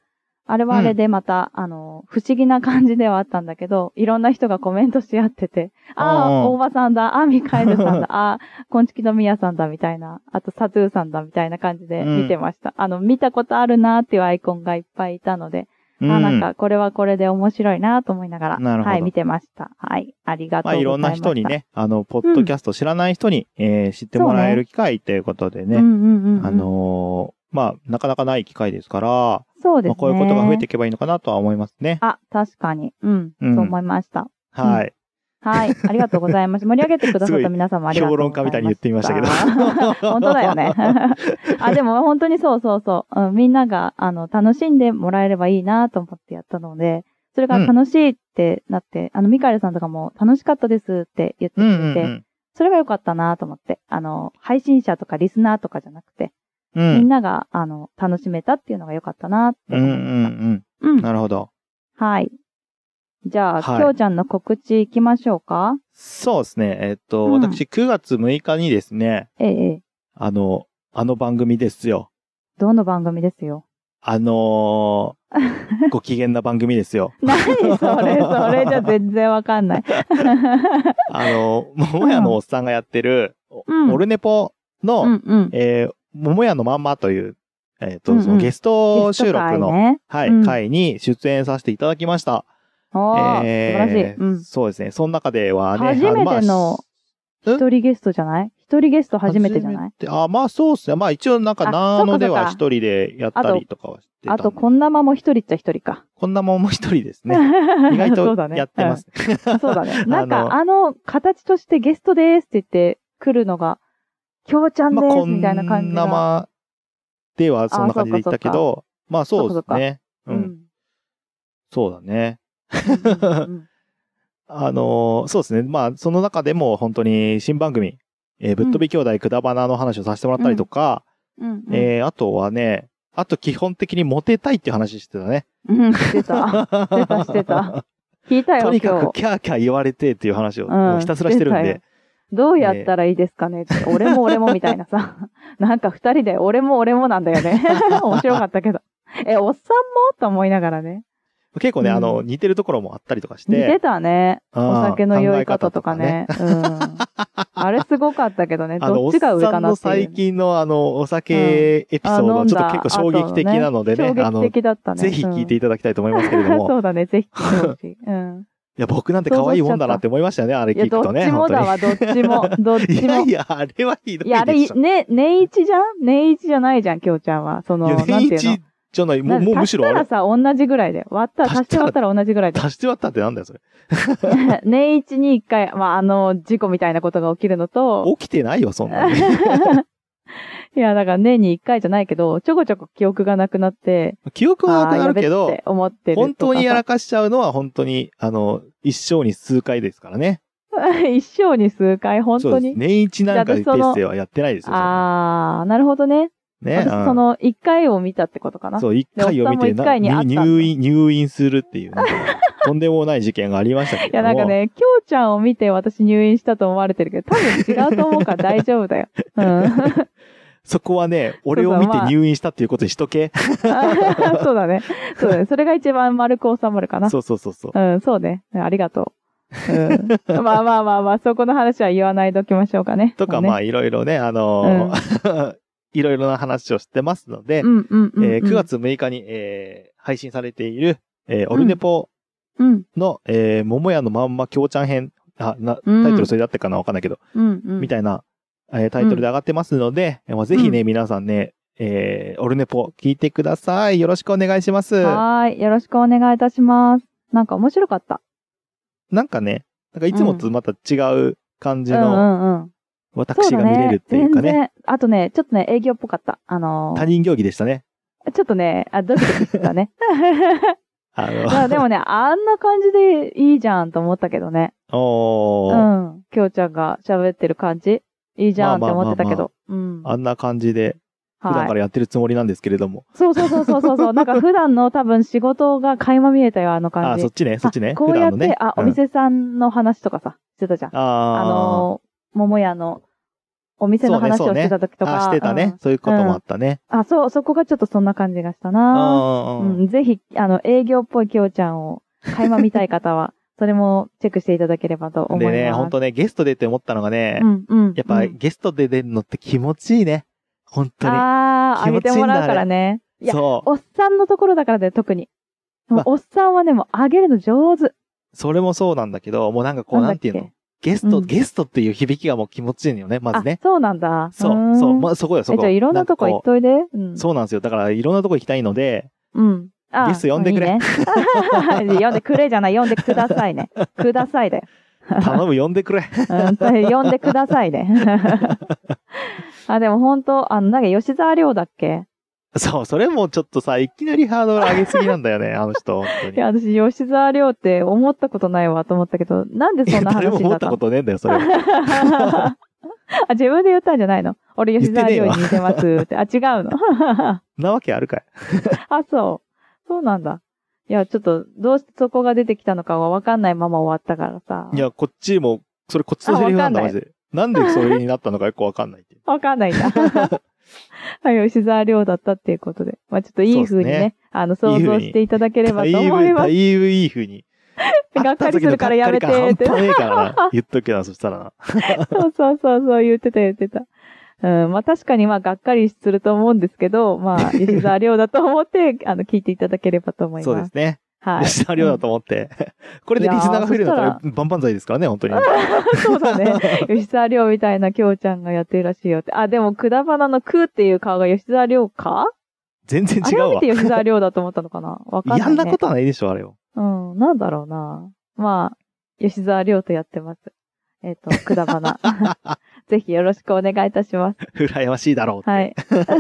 [SPEAKER 2] あれはあれでまた、あの、不思議な感じではあったんだけど、いろんな人がコメントし合ってて、あ
[SPEAKER 1] うんうん
[SPEAKER 2] あ、大場さんだ、ああ、ミカエルさんだ、
[SPEAKER 1] <laughs>
[SPEAKER 2] ああ、こんちきのみやさんだ、みたいな、あと、サトゥーさんだ、みたいな感じで
[SPEAKER 1] うん
[SPEAKER 2] 見てました。あの、見たことあるなーっていうアイコンがいっぱいいたので、
[SPEAKER 1] う
[SPEAKER 2] あなん
[SPEAKER 1] ん。
[SPEAKER 2] か、これはこれで面白いなーと思いながら、
[SPEAKER 1] なるほど
[SPEAKER 2] はい、見てました。はい、ありがと
[SPEAKER 1] ま
[SPEAKER 2] う
[SPEAKER 1] あ、
[SPEAKER 2] ござ
[SPEAKER 1] い
[SPEAKER 2] いま
[SPEAKER 1] ろ
[SPEAKER 2] した。
[SPEAKER 1] んな人にね、あの、ポッドキャスト知らない人に、えー知ってもらえる機会ということで
[SPEAKER 2] うん
[SPEAKER 1] ね、
[SPEAKER 2] うんうんうん。
[SPEAKER 1] あのーまあ、なかなかない機会ですから、
[SPEAKER 2] そうです
[SPEAKER 1] まあ、
[SPEAKER 2] ね。
[SPEAKER 1] こういうことが増えていけばいいのかなとは思いますね。
[SPEAKER 2] あ、確かに。うん。
[SPEAKER 1] うん
[SPEAKER 2] そう思いました。
[SPEAKER 1] はい。
[SPEAKER 2] はい。ありがとうござ
[SPEAKER 1] <laughs>
[SPEAKER 2] います。盛り上げてくださった皆様ありがと
[SPEAKER 1] 評
[SPEAKER 2] うござ
[SPEAKER 1] 論家
[SPEAKER 2] います。。
[SPEAKER 1] みたいに言ってみましたけど
[SPEAKER 2] <laughs> 本当だよね。 <laughs> あ、でも本当にそうそうそう。うんみんなが、あの、楽しんでもらえればいいなと思ってやったので、それが楽しいってなって、あの、ミカエルさんとかも楽しかったですって言って
[SPEAKER 1] <laughs> う
[SPEAKER 2] く
[SPEAKER 1] ん
[SPEAKER 2] れ
[SPEAKER 1] う
[SPEAKER 2] て、
[SPEAKER 1] んうん。
[SPEAKER 2] それが良かったなと思って、あの、配信者とかリスナーとかじゃなくて、
[SPEAKER 1] う
[SPEAKER 2] みん
[SPEAKER 1] ん
[SPEAKER 2] なが、あの、楽しめたっていうのが良かったなって
[SPEAKER 1] うんう
[SPEAKER 2] 思い
[SPEAKER 1] ん
[SPEAKER 2] まし
[SPEAKER 1] うん。
[SPEAKER 2] た。うん。
[SPEAKER 1] なるほど。
[SPEAKER 2] はい。じゃあ、
[SPEAKER 1] はい
[SPEAKER 2] きょうちゃんの告知行きましょうか。
[SPEAKER 1] そうですね。えっと、
[SPEAKER 2] うん
[SPEAKER 1] 私9月6日にですね、
[SPEAKER 2] ええええ、
[SPEAKER 1] あの、あの番組ですよ。
[SPEAKER 2] どの番組ですよ。
[SPEAKER 1] あのーご機嫌な番組ですよ。
[SPEAKER 2] <laughs> 何それ、それじゃ全然わかん
[SPEAKER 1] <laughs>
[SPEAKER 2] ない。
[SPEAKER 1] あのー、桃屋のおっさんがやってる、
[SPEAKER 2] うん
[SPEAKER 1] オルネポの、
[SPEAKER 2] うんうん。
[SPEAKER 1] えー桃屋のまんまという、えっと、
[SPEAKER 2] うんうん
[SPEAKER 1] そのゲスト収録
[SPEAKER 2] ゲスト
[SPEAKER 1] の、
[SPEAKER 2] 会ね。
[SPEAKER 1] はい、
[SPEAKER 2] うん
[SPEAKER 1] 回に出演させていただきました。
[SPEAKER 2] おー、素晴らしい。うん。
[SPEAKER 1] そうですね。その中ではね、
[SPEAKER 2] 初めての
[SPEAKER 1] あまあえ
[SPEAKER 2] 一人ゲストじゃない一人ゲスト初めてじゃない
[SPEAKER 1] 初めてあ、まあそうですね。まあ一応なんか、
[SPEAKER 2] あ
[SPEAKER 1] なーので
[SPEAKER 2] そう
[SPEAKER 1] は
[SPEAKER 2] か
[SPEAKER 1] 一
[SPEAKER 2] そう
[SPEAKER 1] 人でやったりとかはしてたん
[SPEAKER 2] あ
[SPEAKER 1] で
[SPEAKER 2] と、こんなまも一人っちゃ一人か。
[SPEAKER 1] こんなもんも一人です
[SPEAKER 2] <laughs>
[SPEAKER 1] ね。意外
[SPEAKER 2] そう
[SPEAKER 1] と
[SPEAKER 2] だね
[SPEAKER 1] やってま。す。
[SPEAKER 2] うん
[SPEAKER 1] <laughs>
[SPEAKER 2] そうだね。なん
[SPEAKER 1] あ
[SPEAKER 2] か、
[SPEAKER 1] の
[SPEAKER 2] あの、形としてゲストですって言って来るのが、きょうちゃんで
[SPEAKER 1] まあこ
[SPEAKER 2] す
[SPEAKER 1] ん
[SPEAKER 2] みたいな感じ
[SPEAKER 1] な
[SPEAKER 2] が。
[SPEAKER 1] まではそんな感じで言ったけど、まあそうですね。
[SPEAKER 2] う
[SPEAKER 1] うんん。そうだね。
[SPEAKER 2] うんうんうん
[SPEAKER 1] あのーそうですね。まあ、その中でも本当に新番組、えーぶっ飛び兄弟くだばなの話をさせてもらったりとか、
[SPEAKER 2] うんうん
[SPEAKER 1] <laughs> えーあとはね、あと基本的にモテたいっていう話してたね。
[SPEAKER 2] うん、して
[SPEAKER 1] <laughs>
[SPEAKER 2] た。
[SPEAKER 1] して
[SPEAKER 2] たして
[SPEAKER 1] <laughs>
[SPEAKER 2] た。聞いたよ、
[SPEAKER 1] とにか
[SPEAKER 2] 今
[SPEAKER 1] く
[SPEAKER 2] 日。
[SPEAKER 1] キャーキャー言われてっていう話を
[SPEAKER 2] うん
[SPEAKER 1] もうひたすらしてるん
[SPEAKER 2] して
[SPEAKER 1] で
[SPEAKER 2] たよ。どうやったらいいですかねって、俺も俺もみたいなさ。 <laughs> なんか二人で、俺も俺もなんだ
[SPEAKER 1] <laughs>
[SPEAKER 2] よね。面白かったけど。え、おっさんもと思いながらね。
[SPEAKER 1] 結構ね、
[SPEAKER 2] うん
[SPEAKER 1] あの、似てるところもあったりとかして。
[SPEAKER 2] 似てたね。
[SPEAKER 1] うん
[SPEAKER 2] お酒の酔い方とか。ね。うん。あれすごかったけどね。
[SPEAKER 1] あの、
[SPEAKER 2] ど
[SPEAKER 1] お
[SPEAKER 2] っ
[SPEAKER 1] っ
[SPEAKER 2] ちが上
[SPEAKER 1] さ
[SPEAKER 2] か
[SPEAKER 1] ん
[SPEAKER 2] な
[SPEAKER 1] の
[SPEAKER 2] っていう
[SPEAKER 1] 最近のあの、お酒エピソード
[SPEAKER 2] あ飲
[SPEAKER 1] は
[SPEAKER 2] ん
[SPEAKER 1] ちょ
[SPEAKER 2] だ
[SPEAKER 1] っと結構衝撃的なのでね、あ
[SPEAKER 2] 衝撃
[SPEAKER 1] の、
[SPEAKER 2] 的だったね。
[SPEAKER 1] ぜひ聞いて
[SPEAKER 2] い
[SPEAKER 1] いただきたいと思いますけれども、い
[SPEAKER 2] <laughs> そうだね。ぜひ聞いてほし
[SPEAKER 1] <laughs>
[SPEAKER 2] い。うん。
[SPEAKER 1] や、僕なんて可愛いもんだなって思いましたよね、あれ
[SPEAKER 2] いや、
[SPEAKER 1] 聞く
[SPEAKER 2] どっ
[SPEAKER 1] とね、
[SPEAKER 2] ちも
[SPEAKER 1] 本当
[SPEAKER 2] だ
[SPEAKER 1] に。
[SPEAKER 2] わ、どっちも。どっ
[SPEAKER 1] い <laughs>
[SPEAKER 2] ち
[SPEAKER 1] や
[SPEAKER 2] も
[SPEAKER 1] い。や、あれはひどい
[SPEAKER 2] いや、あれ、
[SPEAKER 1] でしょ。
[SPEAKER 2] ね、年一じゃん年一じゃないじゃん、きょうちゃんは。その、
[SPEAKER 1] い
[SPEAKER 2] なん
[SPEAKER 1] や、
[SPEAKER 2] ていう
[SPEAKER 1] 年
[SPEAKER 2] の
[SPEAKER 1] 一じゃない、もう、もうむしろあ
[SPEAKER 2] 割
[SPEAKER 1] れ
[SPEAKER 2] っ、たらさ、同じぐらいで。割ったら、足
[SPEAKER 1] 足し
[SPEAKER 2] し
[SPEAKER 1] てたら
[SPEAKER 2] 割ったら同じぐらい
[SPEAKER 1] <laughs>
[SPEAKER 2] で。
[SPEAKER 1] 足して割ったってなんだよ、それ。
[SPEAKER 2] <laughs> 年一に一回、まあ、あの、事故みたいなことが起きるのと、
[SPEAKER 1] 起きてないよ、そん
[SPEAKER 2] <laughs>
[SPEAKER 1] なの。
[SPEAKER 2] いや、だから年に一回じゃないけど、ちょこちょこ記憶がなくなって、
[SPEAKER 1] 記憶はなくなるけ
[SPEAKER 2] あーやべっ
[SPEAKER 1] ど
[SPEAKER 2] て、思ってるとかさ。
[SPEAKER 1] 本当にやらかしちゃうのは本当に、あの、一生に数回ですからね。
[SPEAKER 2] <laughs> 一生に数回、本
[SPEAKER 1] そ
[SPEAKER 2] 当
[SPEAKER 1] うで
[SPEAKER 2] に
[SPEAKER 1] す。年一なんかでペースではやってないですよ。そんな
[SPEAKER 2] あー、なるほどね。
[SPEAKER 1] ね。
[SPEAKER 2] 私
[SPEAKER 1] うん
[SPEAKER 2] その一回を見たってことかな。
[SPEAKER 1] そう、一回を見て
[SPEAKER 2] でおっさんも一回にあった
[SPEAKER 1] な、
[SPEAKER 2] んだ
[SPEAKER 1] 入院、入院するっていう、なんかとんでもない事件がありましたけれ
[SPEAKER 2] いや、
[SPEAKER 1] ども。
[SPEAKER 2] なんかね、きょうちゃんを見て私入院したと思われてるけど、多分違うと思うから大丈夫だ
[SPEAKER 1] <laughs>
[SPEAKER 2] よ。うん。 <laughs>
[SPEAKER 1] そこはね、俺を見て入院したっていうことにしとけ。
[SPEAKER 2] そうだね。そうだね。それが一番丸く収まるかな。
[SPEAKER 1] そうそうそうそう。
[SPEAKER 2] うん、そうね。ありがとう。うん、まあまあまあまあ、そこの話は言わないでおきましょうかね。
[SPEAKER 1] とか、
[SPEAKER 2] もうね
[SPEAKER 1] まあ、いろいろね、あのー <laughs> いろいろな話をしてますので
[SPEAKER 2] う、んうんうん、うん。
[SPEAKER 1] えー9。月6日に、えー配信されている、えーオルネポ
[SPEAKER 2] うん、
[SPEAKER 1] の、えー、桃屋のまんま京ちゃん編、あ、な、タイ
[SPEAKER 2] うん
[SPEAKER 1] トルそれだったかなわかんないけど、
[SPEAKER 2] うん、うん。
[SPEAKER 1] みたいな、えータイトルで上がってますので、えーまあぜひね、皆さんね、えー、オルネポ聞いてください。よろしくお願いします。
[SPEAKER 2] はーい。よろしくお願いいたします。なんか面白かった。
[SPEAKER 1] なんかね、なんかいつもとまた違う感じ
[SPEAKER 2] うんう
[SPEAKER 1] の
[SPEAKER 2] んうん。
[SPEAKER 1] 私が見れるっていうか
[SPEAKER 2] そうだね全
[SPEAKER 1] ね、
[SPEAKER 2] 然。あとね、ちょっとね、営業っぽかった。あのー
[SPEAKER 1] 他人行儀でしたね。
[SPEAKER 2] ちょっとね、あ、ドキドキしてたね。
[SPEAKER 1] あ
[SPEAKER 2] まあ
[SPEAKER 1] の、
[SPEAKER 2] でもね、あんな感じでいいじゃんと思ったけどね。
[SPEAKER 1] お
[SPEAKER 2] う
[SPEAKER 1] ー、
[SPEAKER 2] ん。きょうちゃんが喋ってる感じ、いいじゃんって思ってたけど。うん。
[SPEAKER 1] あんな感じで、普段か
[SPEAKER 2] はい。
[SPEAKER 1] らやってるつもりなんですけれども。
[SPEAKER 2] そうそうそうそうそうそう。なんか普段の多分仕事が垣間見えたよ、あの感
[SPEAKER 1] あ、
[SPEAKER 2] じ。
[SPEAKER 1] そっちね、そっちね。
[SPEAKER 2] あこうやって、
[SPEAKER 1] 普段のね。
[SPEAKER 2] あ、お
[SPEAKER 1] うん
[SPEAKER 2] 店さんの話とかさ、してたじゃん。あ
[SPEAKER 1] あー
[SPEAKER 2] のー、桃屋のお店の話
[SPEAKER 1] そう
[SPEAKER 2] を
[SPEAKER 1] ねそうね
[SPEAKER 2] してた時とか。
[SPEAKER 1] あ、してたね。そういうこともあったね。
[SPEAKER 2] うん。あ、そう、そこがちょっとそんな感じがしたな
[SPEAKER 1] あ
[SPEAKER 2] う
[SPEAKER 1] ー
[SPEAKER 2] ん。ぜひ、あの、営業っぽいきょうちゃんを垣間見たい
[SPEAKER 1] <laughs>
[SPEAKER 2] 方は、それもチェックしていただければと思い
[SPEAKER 1] で
[SPEAKER 2] ます。
[SPEAKER 1] ね、本当ね、ゲストでって思ったのがね、
[SPEAKER 2] うんうん、
[SPEAKER 1] やっぱ
[SPEAKER 2] うん
[SPEAKER 1] ゲストで出るのって気持ちいいね。本当に。
[SPEAKER 2] ああ、あ
[SPEAKER 1] 気
[SPEAKER 2] げ
[SPEAKER 1] 持ち
[SPEAKER 2] て
[SPEAKER 1] いいんだ
[SPEAKER 2] もらうからね。いや、
[SPEAKER 1] そ
[SPEAKER 2] おっさんのところだからで特に。もう
[SPEAKER 1] まあ
[SPEAKER 2] おっさんはね、もうあげるの上手。
[SPEAKER 1] う。それもそうなんだけど、もうなんかこう、
[SPEAKER 2] な
[SPEAKER 1] なん
[SPEAKER 2] だっ
[SPEAKER 1] ん
[SPEAKER 2] け
[SPEAKER 1] ていうのゲスト、
[SPEAKER 2] うん
[SPEAKER 1] ゲストっていう響きがもう気持ちいいのよね、まずね
[SPEAKER 2] あ、。そうなんだ。
[SPEAKER 1] そう
[SPEAKER 2] ー
[SPEAKER 1] う、
[SPEAKER 2] ん
[SPEAKER 1] そう、まあそこよ、そ
[SPEAKER 2] え、
[SPEAKER 1] こ。
[SPEAKER 2] じゃあいろんなとこ行っといで。う。
[SPEAKER 1] なんんかこうそうなんですよ。だからいろんなとこ行きたいの
[SPEAKER 2] <laughs>
[SPEAKER 1] で、
[SPEAKER 2] うん。あー
[SPEAKER 1] <laughs> ゲ
[SPEAKER 2] <laughs>
[SPEAKER 1] スト呼んでくれ
[SPEAKER 2] いいね、読んでくれじゃない、読んでくださいね。くださいだよ。
[SPEAKER 1] 頼む、呼んでくれ。 <laughs>
[SPEAKER 2] うん、呼んでくださ <laughs> いね。あ、でも本当あの、なんか吉沢亮だっけ
[SPEAKER 1] そう、それもちょっとさ、いきなりハードル上げすぎなんだよね、あの人、本当に。
[SPEAKER 2] いや、私、吉沢亮って思ったことないわと思ったけど、なんでそんな話
[SPEAKER 1] 誰も
[SPEAKER 2] に
[SPEAKER 1] 思
[SPEAKER 2] な
[SPEAKER 1] っ
[SPEAKER 2] っ
[SPEAKER 1] た
[SPEAKER 2] たの
[SPEAKER 1] ことねえんだよ、それは。
[SPEAKER 2] <laughs> あ、自分で言ったんじゃないの俺、吉沢亮に似てますって。あ、違うの <laughs> あ、
[SPEAKER 1] なわけあるかい。
[SPEAKER 2] そう。そうなんだ。いや、ちょっと、どうしてそこが出てきたのかはわかんないまま終わったからさ。
[SPEAKER 1] いや、こっちも、それこっちのセリフなんだ、
[SPEAKER 2] あわ
[SPEAKER 1] マ
[SPEAKER 2] かんない
[SPEAKER 1] ジで。なんでそれになったのかよくわかんないって
[SPEAKER 2] <laughs>
[SPEAKER 1] いう。
[SPEAKER 2] わかんないんだ。はい、吉沢亮だったっていうことで。まあちょっといい風にね、
[SPEAKER 1] そうです
[SPEAKER 2] あの、想像していただければ
[SPEAKER 1] だい
[SPEAKER 2] と
[SPEAKER 1] ぶ、
[SPEAKER 2] 思いま
[SPEAKER 1] だ
[SPEAKER 2] す。
[SPEAKER 1] いぶいい風
[SPEAKER 2] <laughs>
[SPEAKER 1] に。
[SPEAKER 2] がっかりするからやめて
[SPEAKER 1] 会
[SPEAKER 2] っ
[SPEAKER 1] った
[SPEAKER 2] て
[SPEAKER 1] 時。のがっかり感半端ねえからな。言っとけ
[SPEAKER 2] <laughs>
[SPEAKER 1] な、そしたらな。
[SPEAKER 2] そうそうそうそう、言ってた言ってた。うん、まあ確かにまあがっかりすると思うんですけど、ま
[SPEAKER 1] <laughs>
[SPEAKER 2] あ吉沢亮だと思って、あの、聞いていただければと思います。
[SPEAKER 1] そうですね。
[SPEAKER 2] はい。
[SPEAKER 1] 吉沢亮だと思って。 <laughs> これでリスナーが増えるんだったら、万々歳ですからね、本当に。
[SPEAKER 2] そうだ
[SPEAKER 1] <laughs>
[SPEAKER 2] ね。吉沢亮みたいな京ちゃんがやってるらしいよって。あ、でも、くだばなのくっていう顔が吉沢亮か
[SPEAKER 1] 全然
[SPEAKER 2] あ
[SPEAKER 1] 違
[SPEAKER 2] れを
[SPEAKER 1] う
[SPEAKER 2] 見
[SPEAKER 1] わ
[SPEAKER 2] て。吉沢亮だと思ったのかなわかんない、
[SPEAKER 1] や
[SPEAKER 2] ね。
[SPEAKER 1] んなことはないでしょ、あれを。
[SPEAKER 2] うん、なんだろうな。まあ、吉沢亮とやってます。えっ、と、くだ
[SPEAKER 1] <laughs>
[SPEAKER 2] ばな。ぜひよろしくお願いいたします。
[SPEAKER 1] 羨ましいだろうって。
[SPEAKER 2] はい。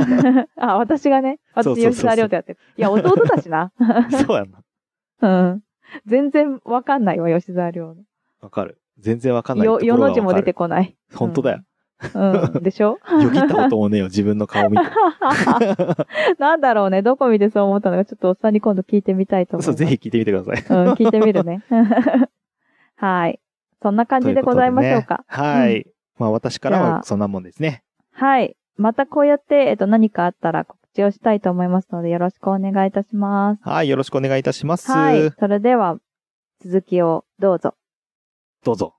[SPEAKER 2] <laughs> あ、私がね、
[SPEAKER 1] そうそうそ
[SPEAKER 2] 私
[SPEAKER 1] うそう
[SPEAKER 2] 吉沢亮とやってる。いや、弟だ
[SPEAKER 1] <laughs>
[SPEAKER 2] しな。
[SPEAKER 1] そうやんな。
[SPEAKER 2] うん。全然わかんないわ、吉沢亮
[SPEAKER 1] わかる。全然わかんな
[SPEAKER 2] の。
[SPEAKER 1] いところが
[SPEAKER 2] よ、世の
[SPEAKER 1] わか
[SPEAKER 2] 字
[SPEAKER 1] る。
[SPEAKER 2] も出てこない。
[SPEAKER 1] 本当だよ。
[SPEAKER 2] うん。でしょ <laughs>
[SPEAKER 1] よぎったこともねえよ、自分の顔見て。
[SPEAKER 2] なんだろうね、どこ見てそう思ったのか、ちょっとおっさんに今度聞いてみたいと思い
[SPEAKER 1] そ
[SPEAKER 2] ま
[SPEAKER 1] う、
[SPEAKER 2] す。
[SPEAKER 1] ぜひ聞いてみてください。
[SPEAKER 2] うん、聞いてみるね。 <laughs> はい。そんな感じでございましょうか。
[SPEAKER 1] ということでねはい。まあ私から
[SPEAKER 2] じゃ
[SPEAKER 1] は
[SPEAKER 2] あ
[SPEAKER 1] そんなもんですね。
[SPEAKER 2] はい。またこうやって、えっと、何かあったら告知をしたいと思いますので、よろしくお願いいたします。
[SPEAKER 1] はい、よろしくお願いいたします。
[SPEAKER 2] はい。それでは、続きをどうぞ。
[SPEAKER 1] どうぞ。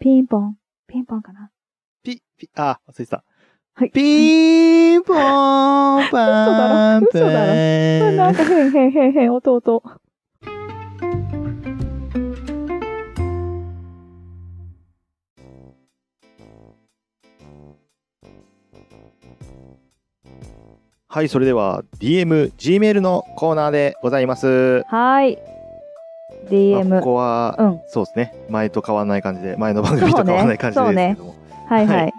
[SPEAKER 2] ピンポン。ピンポンかな
[SPEAKER 1] ピ、ピ、あ、忘れてた。
[SPEAKER 2] はい。
[SPEAKER 1] ピーポーンパーン
[SPEAKER 2] 嘘だろ嘘だろな
[SPEAKER 1] パ
[SPEAKER 2] ん
[SPEAKER 1] ン。
[SPEAKER 2] か変変変変、音音。
[SPEAKER 1] はい、それでは DM、Gmail のコーナーでございます。
[SPEAKER 2] はい。
[SPEAKER 1] まあ
[SPEAKER 2] DM。
[SPEAKER 1] ここは、
[SPEAKER 2] うん。
[SPEAKER 1] そうですね。前と変わらない感じで、前の番組と変わらない感じでですけども。
[SPEAKER 2] はいは。
[SPEAKER 1] はい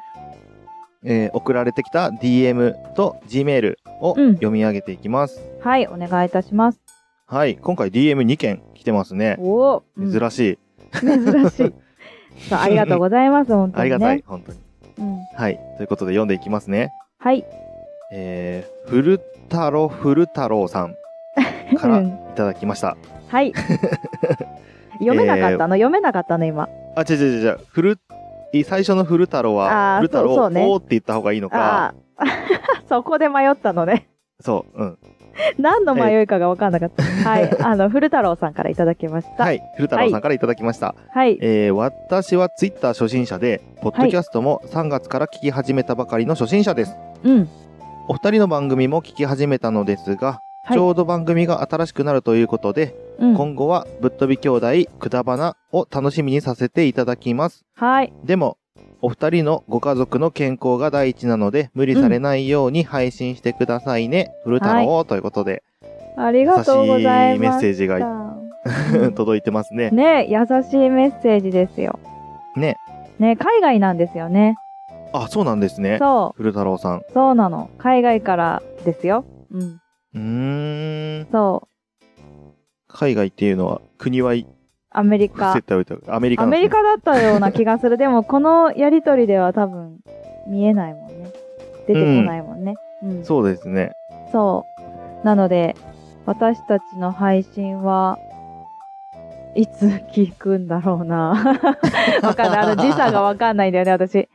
[SPEAKER 1] えー送られてきた DM と Gmail を
[SPEAKER 2] うん
[SPEAKER 1] 読み上げていきます。
[SPEAKER 2] はい、お願いいたします。
[SPEAKER 1] はい、今回 DM2 件来てますね。
[SPEAKER 2] おお。うん
[SPEAKER 1] 珍しい。
[SPEAKER 2] 珍しい。そう、ありがとうございます、本当
[SPEAKER 1] あ
[SPEAKER 2] に、
[SPEAKER 1] り
[SPEAKER 2] ね。
[SPEAKER 1] がたい、。本当に。
[SPEAKER 2] うん。
[SPEAKER 1] はい、ということで読んでいきますね。
[SPEAKER 2] はい。
[SPEAKER 1] えー、古太郎古太郎
[SPEAKER 2] <laughs>
[SPEAKER 1] さんから
[SPEAKER 2] う
[SPEAKER 1] い
[SPEAKER 2] ん
[SPEAKER 1] ただきました。 <laughs>
[SPEAKER 2] はい。読めなかったの、読めなかったの、今。
[SPEAKER 1] あ、違う違う違う、古、い最初の古太郎は、
[SPEAKER 2] あー
[SPEAKER 1] 古太郎
[SPEAKER 2] そうそうね
[SPEAKER 1] おーって言った方がいいのか、
[SPEAKER 2] ああ。 <laughs> そこで迷ったのね。
[SPEAKER 1] そう、うん。
[SPEAKER 2] 何の迷いかが分かんなかった。はい。あの、古太郎さんからいただきました。
[SPEAKER 1] は
[SPEAKER 2] はい。
[SPEAKER 1] い、古太郎さんからいただきました。えー私はツイッター初心者で、ポッドキャストも3月から聞き始めたばかりの初心者です。
[SPEAKER 2] うん。
[SPEAKER 1] お二人の番組も聞き始めたのですが、
[SPEAKER 2] はい
[SPEAKER 1] ちょうど番組が新しくなるということで、
[SPEAKER 2] うん。
[SPEAKER 1] 今後はぶっ飛び兄弟くだばなを楽しみにさせていただきます。
[SPEAKER 2] はい。
[SPEAKER 1] でも、お二人のご家族の健康が第一なので、無理されないように配信してくださいね。古太郎、ということで、
[SPEAKER 2] あり
[SPEAKER 1] 優
[SPEAKER 2] が
[SPEAKER 1] し
[SPEAKER 2] とうござい
[SPEAKER 1] いメ
[SPEAKER 2] ま
[SPEAKER 1] ッ
[SPEAKER 2] す。
[SPEAKER 1] セージが
[SPEAKER 2] <laughs>
[SPEAKER 1] 届いてますね。
[SPEAKER 2] ね優しいメッセージですよ。
[SPEAKER 1] ね。
[SPEAKER 2] ね海外なんですよね。
[SPEAKER 1] あ、そうなんですね。
[SPEAKER 2] そ
[SPEAKER 1] 古太郎さん。
[SPEAKER 2] う、そうなの。海外からですよ。うん。
[SPEAKER 1] うーん。
[SPEAKER 2] そう。
[SPEAKER 1] 海外っていうのは、国は伏
[SPEAKER 2] アメリ
[SPEAKER 1] せ
[SPEAKER 2] カ。
[SPEAKER 1] ておいて、アメリカ
[SPEAKER 2] ア
[SPEAKER 1] なん
[SPEAKER 2] メ
[SPEAKER 1] ですね
[SPEAKER 2] リカだったような気がする。でも、このやりとりでは多分、見えないもんね。出てこないもんね。うん。
[SPEAKER 1] そうですね。
[SPEAKER 2] そう。なので、私たちの配信は、いつ聞くんだろ
[SPEAKER 1] <laughs>
[SPEAKER 2] うな。わかんない。あの、時差がわかんないんだよね、私。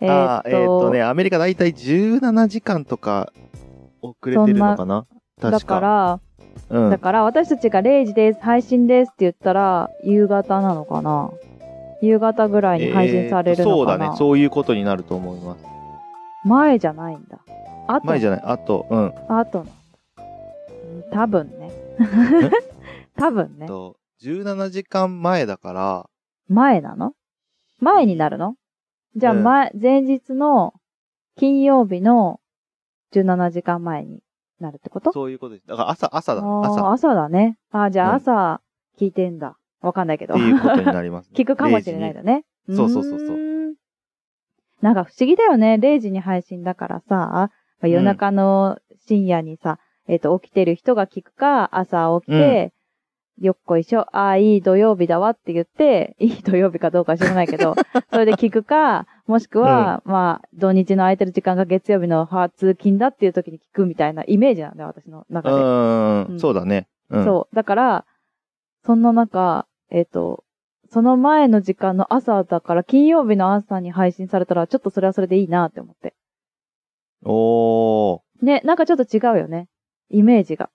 [SPEAKER 2] えー
[SPEAKER 1] あ
[SPEAKER 2] っ
[SPEAKER 1] ー
[SPEAKER 2] と、
[SPEAKER 1] えーっとね、アメリカだいたい17時間とか遅れてるのかな
[SPEAKER 2] だ
[SPEAKER 1] 確か。
[SPEAKER 2] から、
[SPEAKER 1] うん
[SPEAKER 2] だから私たちが0時です、配信ですって言ったら、夕方なのかな。夕方ぐらいに配信されるの
[SPEAKER 1] えーっと
[SPEAKER 2] かな。
[SPEAKER 1] そうだね、そういうことになると思います。
[SPEAKER 2] 前じゃないんだ。あと、
[SPEAKER 1] 前じゃない、あと、うん。
[SPEAKER 2] あとなんだうん多分ね。 <laughs> 多分
[SPEAKER 1] え
[SPEAKER 2] ね
[SPEAKER 1] っ。と17時間前だから、
[SPEAKER 2] 前なの前になるのじゃあ
[SPEAKER 1] うん
[SPEAKER 2] 前、前日の金曜日の17時間前になるってこと
[SPEAKER 1] そういうことです。だから朝、朝だね、
[SPEAKER 2] あ
[SPEAKER 1] 朝。
[SPEAKER 2] ー朝だね。あーじゃあ
[SPEAKER 1] うん
[SPEAKER 2] 朝聞いてんだ。わかんないけど
[SPEAKER 1] って。いうことになります、
[SPEAKER 2] <laughs> 聞くかもしれない
[SPEAKER 1] だ
[SPEAKER 2] だね。
[SPEAKER 1] にそうそうそうそう
[SPEAKER 2] ーんなんか不思議だよね。0時に配信だからさ、まあ、夜中の深夜にさ、えっ、と、起きてる人が聞くか、朝起きて、よっこいしょ、ああ、いい土曜日だわって言って、いい土曜日かどうか知らないけ
[SPEAKER 1] <laughs>
[SPEAKER 2] ど、それで聞くか、もしくは、まあ、土日の空いてる時間が月曜日のは通勤だっていう時に聞くみたいなイメージなんだよ、私の
[SPEAKER 1] う
[SPEAKER 2] 中で。
[SPEAKER 1] ー
[SPEAKER 2] うん
[SPEAKER 1] ん、そうだね。うん。
[SPEAKER 2] そう。だから、そんな中、えっ、と、その前の時間の朝だから、金曜日の朝に配信されたら、ちょっとそれはそれでいいなって思って。
[SPEAKER 1] おー。
[SPEAKER 2] ね、なんかちょっと違うよね。イメージが。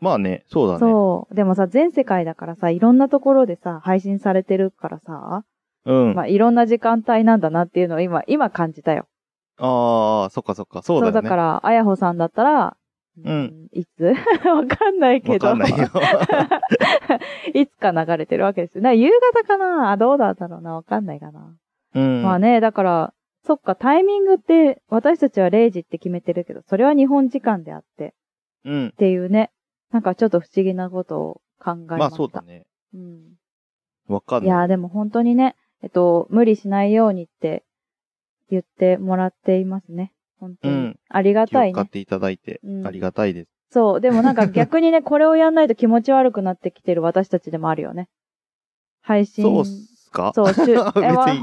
[SPEAKER 1] まあね、そうだね。う
[SPEAKER 2] そう。でもさ、全世界だからさ、いろんなところでさ、配信されてるからさ、
[SPEAKER 1] ん。
[SPEAKER 2] ま
[SPEAKER 1] あ
[SPEAKER 2] あ、いろんな時間帯なんだなっていうのを今、今感じたよ。
[SPEAKER 1] あー、そっかそっか、そうだよね。
[SPEAKER 2] から、あやほさんだったら、
[SPEAKER 1] うん
[SPEAKER 2] いつ <laughs> わかんないけ
[SPEAKER 1] わ
[SPEAKER 2] ど。
[SPEAKER 1] かんないよ。
[SPEAKER 2] <laughs> いつか流れてるわけですよ。な夕方かなあどうだったろうなわかんないかな。
[SPEAKER 1] <laughs> うん。
[SPEAKER 2] まあね、だから、そっか、タイミングって、私たちは0時って決めてるけど、それは日本時間であって、
[SPEAKER 1] うん
[SPEAKER 2] っ。ていうね。なんかちょっと不思議なことを考えました。
[SPEAKER 1] まあそうだね。
[SPEAKER 2] うん。
[SPEAKER 1] わかん
[SPEAKER 2] い
[SPEAKER 1] ない。
[SPEAKER 2] やーでも本当にね、えっと、無理しないようにって言ってもらっていますね。本当に。
[SPEAKER 1] うん
[SPEAKER 2] ありが
[SPEAKER 1] 気を
[SPEAKER 2] たい
[SPEAKER 1] 使っ
[SPEAKER 2] ね。
[SPEAKER 1] ていただいて
[SPEAKER 2] う、ん
[SPEAKER 1] ありがたいです。
[SPEAKER 2] そう。でもなん
[SPEAKER 1] <laughs>
[SPEAKER 2] か逆にね、これをやんないと気持ち悪くなってきてる私たちでもあるよね。配信。
[SPEAKER 1] そうっすか
[SPEAKER 2] そう、
[SPEAKER 1] <laughs>
[SPEAKER 2] 週え
[SPEAKER 1] 別に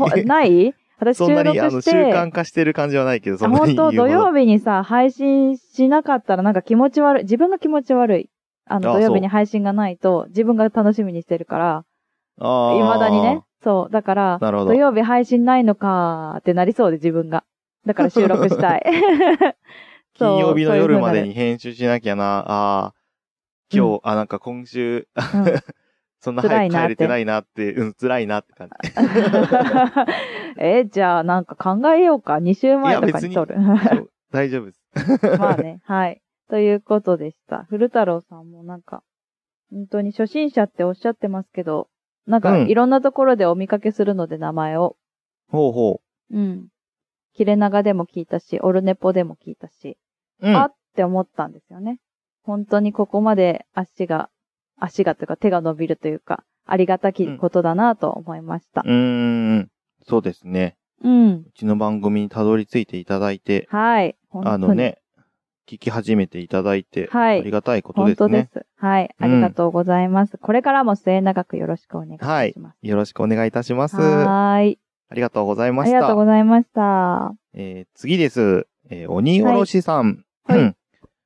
[SPEAKER 2] わほ
[SPEAKER 1] <laughs>
[SPEAKER 2] ない私収
[SPEAKER 1] そんな
[SPEAKER 2] 録
[SPEAKER 1] に、あの、
[SPEAKER 2] し
[SPEAKER 1] 習
[SPEAKER 2] て。
[SPEAKER 1] 慣化してる感じはないけど、そんな
[SPEAKER 2] 本
[SPEAKER 1] に言う
[SPEAKER 2] 当
[SPEAKER 1] ほど。
[SPEAKER 2] 土曜日にさ、配信しなかったらなんか気持ち悪い。自分が気持ち悪い。あの、
[SPEAKER 1] あ
[SPEAKER 2] 土曜
[SPEAKER 1] そ
[SPEAKER 2] 日
[SPEAKER 1] う
[SPEAKER 2] に配信がないと、自分が楽しみにしてるから、
[SPEAKER 1] あ
[SPEAKER 2] 未
[SPEAKER 1] ー
[SPEAKER 2] だにね。。そう。だから、
[SPEAKER 1] なるほど
[SPEAKER 2] 土。曜日配信ないのかーってなりそうで自分が。だから収録したい。
[SPEAKER 1] <laughs>
[SPEAKER 2] <laughs> そう
[SPEAKER 1] 金曜日の夜まで。
[SPEAKER 2] そういう
[SPEAKER 1] に編集しなきゃな。ああ、今日、あ、なんか今週、
[SPEAKER 2] 風にうん
[SPEAKER 1] <laughs> そんな早く
[SPEAKER 2] 辛いなって
[SPEAKER 1] 帰れてないなって、うん、辛いなって感じ。
[SPEAKER 2] え、じゃあなんか考えようか。2週前とかに撮る。 <laughs>
[SPEAKER 1] そう大丈夫です。
[SPEAKER 2] まあね、はい。ということでした。古太郎さんもなんか、本当に初心者っておっしゃってますけど、なんか
[SPEAKER 1] うん
[SPEAKER 2] いろんなところでお見かけするので名前を。
[SPEAKER 1] ほうほ
[SPEAKER 2] うん。切れ長でも聞いたし、オルネポでも聞いたし、
[SPEAKER 1] う。うん
[SPEAKER 2] あって思ったんですよね。本当にここまで足が、足がというか手が伸びるというか、ありがたきことだなと思いました。
[SPEAKER 1] うーん。そうですね。
[SPEAKER 2] うん。
[SPEAKER 1] うちの番組にたどり着いていただいて、
[SPEAKER 2] はい。本当に
[SPEAKER 1] あの。ね、聞き始めていただいて、
[SPEAKER 2] はい
[SPEAKER 1] ありがたいこと
[SPEAKER 2] 本
[SPEAKER 1] です
[SPEAKER 2] 当で
[SPEAKER 1] ね。
[SPEAKER 2] す。はい。あ
[SPEAKER 1] うん
[SPEAKER 2] りがとうございます。これからも末永くよろしくお願いします。
[SPEAKER 1] はいよろしくお願いいたします。あ
[SPEAKER 2] はーい。
[SPEAKER 1] りがとうございま
[SPEAKER 2] あ
[SPEAKER 1] し
[SPEAKER 2] りがとう
[SPEAKER 1] た。
[SPEAKER 2] ございました。
[SPEAKER 1] えー次です。えー鬼おろしさん。
[SPEAKER 2] はいはい
[SPEAKER 1] うん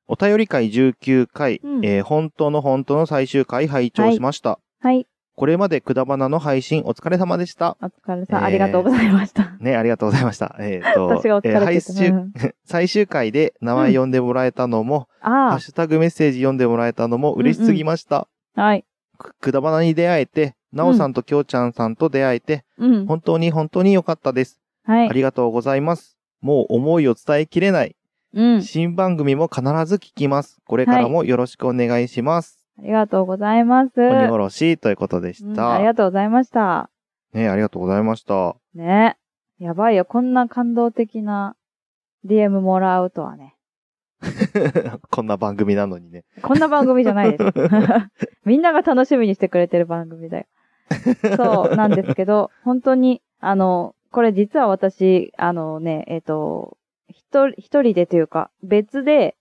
[SPEAKER 1] お便り会19回、
[SPEAKER 2] うん
[SPEAKER 1] えー本当の本当の最終回拝聴しました。
[SPEAKER 2] はい。
[SPEAKER 1] これまでくだばなの配信お疲れ様でした。
[SPEAKER 2] お疲れ
[SPEAKER 1] え
[SPEAKER 2] さ
[SPEAKER 1] ー
[SPEAKER 2] ん。ありがとうございました。
[SPEAKER 1] ね、ありがとうございました。えっ、と、
[SPEAKER 2] <laughs> 私がお疲
[SPEAKER 1] えー
[SPEAKER 2] れ
[SPEAKER 1] 配
[SPEAKER 2] です。う
[SPEAKER 1] 信
[SPEAKER 2] ん
[SPEAKER 1] 最終回で名前呼んでもらえたのも、ハッ
[SPEAKER 2] あ
[SPEAKER 1] シュタグメッセージ読んでもらえたのも嬉しすぎました。
[SPEAKER 2] あ、はい。
[SPEAKER 1] くくだばなに出会えて、なおさんときょうちゃんさんと出会えて、
[SPEAKER 2] うん。
[SPEAKER 1] 本当に本当に良かったです。
[SPEAKER 2] は
[SPEAKER 1] あ
[SPEAKER 2] い。
[SPEAKER 1] りがとうございます。もう思いを伝えきれない。
[SPEAKER 2] うん。
[SPEAKER 1] 新番組も必ず聞きます。これからもよろしくお願いします。
[SPEAKER 2] ありがとうございます。
[SPEAKER 1] 鬼おろしということでし
[SPEAKER 2] うんあ
[SPEAKER 1] た
[SPEAKER 2] り。がとうございました。
[SPEAKER 1] ね、ありがとうございました。 <laughs>
[SPEAKER 2] ね。やばいよ。こんな感動的な DM もらうとはね。
[SPEAKER 1] こんな番組なのにね。
[SPEAKER 2] こんな番組じゃな
[SPEAKER 1] <laughs>
[SPEAKER 2] いです。みんなが楽しみにしてくれてる番組だよ。そうなんです
[SPEAKER 1] <laughs>
[SPEAKER 2] けど、本当に、あの、これ実は私、あのね、えっ、と、一人、一人でというか、別で、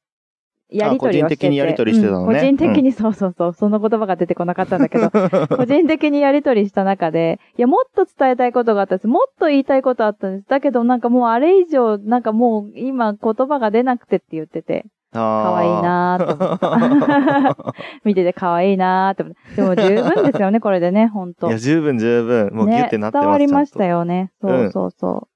[SPEAKER 2] やりとりをしてて
[SPEAKER 1] あ個人的にやりとりしてたのね
[SPEAKER 2] うん個人的に、そうそうそう、その言葉が出 <laughs> てこなかったんだけど、
[SPEAKER 1] <laughs>
[SPEAKER 2] 個人的にやりとりした中で、いや、もっと伝えたいことがあったんです。もっと言いたいことあったんです。だけど、なんかもうあれ以上、なんかもう今言葉が出なくてって言ってて、可
[SPEAKER 1] 可
[SPEAKER 2] 愛いなーって <laughs> 思った。見てて可愛いなーって思って。でも十分ですよね、これでね、ほんと。
[SPEAKER 1] いや、十分十分。もうギュってなってます、
[SPEAKER 2] ね、伝わりました
[SPEAKER 1] よ。
[SPEAKER 2] よね。そうそうそ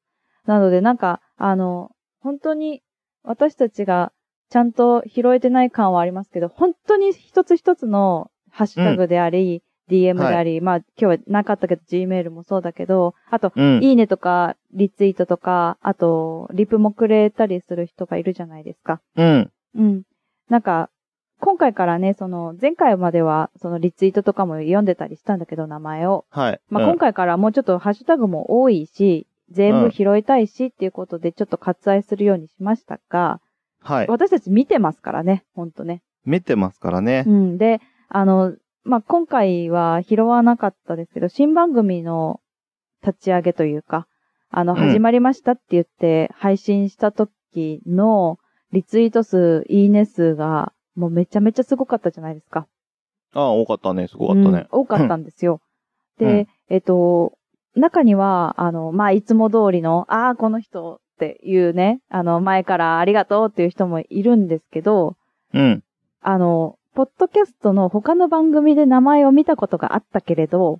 [SPEAKER 2] う。なので、なんか、あの、本当に私たちがちゃんと拾えてない感はありますけど、本当に一つ一つのハッシュタグであり、DM であり、まあ今日はなかったけど Gmail もそうだけど、あと、
[SPEAKER 1] うん。
[SPEAKER 2] いいねとか、リツイートとか、あと、リプもくれたりする人がいるじゃないですか。
[SPEAKER 1] うん。
[SPEAKER 2] うん。なんか、今回からね、その、前回までは、そのリツイートとかも読んでたりしたんだけど、名前を。
[SPEAKER 1] はい。
[SPEAKER 2] まあ、
[SPEAKER 1] うん
[SPEAKER 2] 今回からもうちょっとハッシュタグも多いし、全部拾いたいしっていうことで、ちょっと割愛するようにしましたが、
[SPEAKER 1] はい。
[SPEAKER 2] 私たち見てますからね、ほんとね。
[SPEAKER 1] 見てますからね
[SPEAKER 2] う。ん。で、あの、まあ、今回は拾わなかったですけど、新番組の立ち上げというか、あの、
[SPEAKER 1] うん
[SPEAKER 2] 始まりましたって言って配信した時のリツイート数、いいね数が、もうめちゃめちゃすごかったじゃないですか。
[SPEAKER 1] ああ、多かったね。すごかったね。
[SPEAKER 2] うん多かったんですよ。
[SPEAKER 1] うん
[SPEAKER 2] で、えっと、中には、あの、まあ、いつも通りの、ああ、この人っていうね、あの、前からありがとうっていう人もいるんですけど、
[SPEAKER 1] うん。
[SPEAKER 2] あの、ポッドキャストの他の番組で名前を見たことがあったけれど、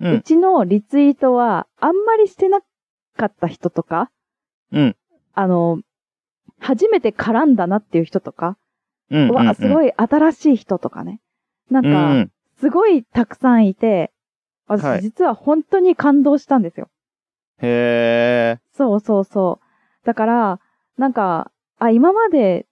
[SPEAKER 1] う。
[SPEAKER 2] うんちのリツイートはあんまりしてなかった人とか、
[SPEAKER 1] うん。
[SPEAKER 2] あの、初めて絡んだなっていう人とか、
[SPEAKER 1] うん。
[SPEAKER 2] うわ、すご
[SPEAKER 1] い。
[SPEAKER 2] い新しい人とかね。なん
[SPEAKER 1] う
[SPEAKER 2] か、
[SPEAKER 1] んうん。
[SPEAKER 2] すごいたくさんいて、
[SPEAKER 1] は
[SPEAKER 2] 私
[SPEAKER 1] い
[SPEAKER 2] 実は本当に感動したんですよ。
[SPEAKER 1] へえ。
[SPEAKER 2] そうそうそう。だから、なんか、あ、今まで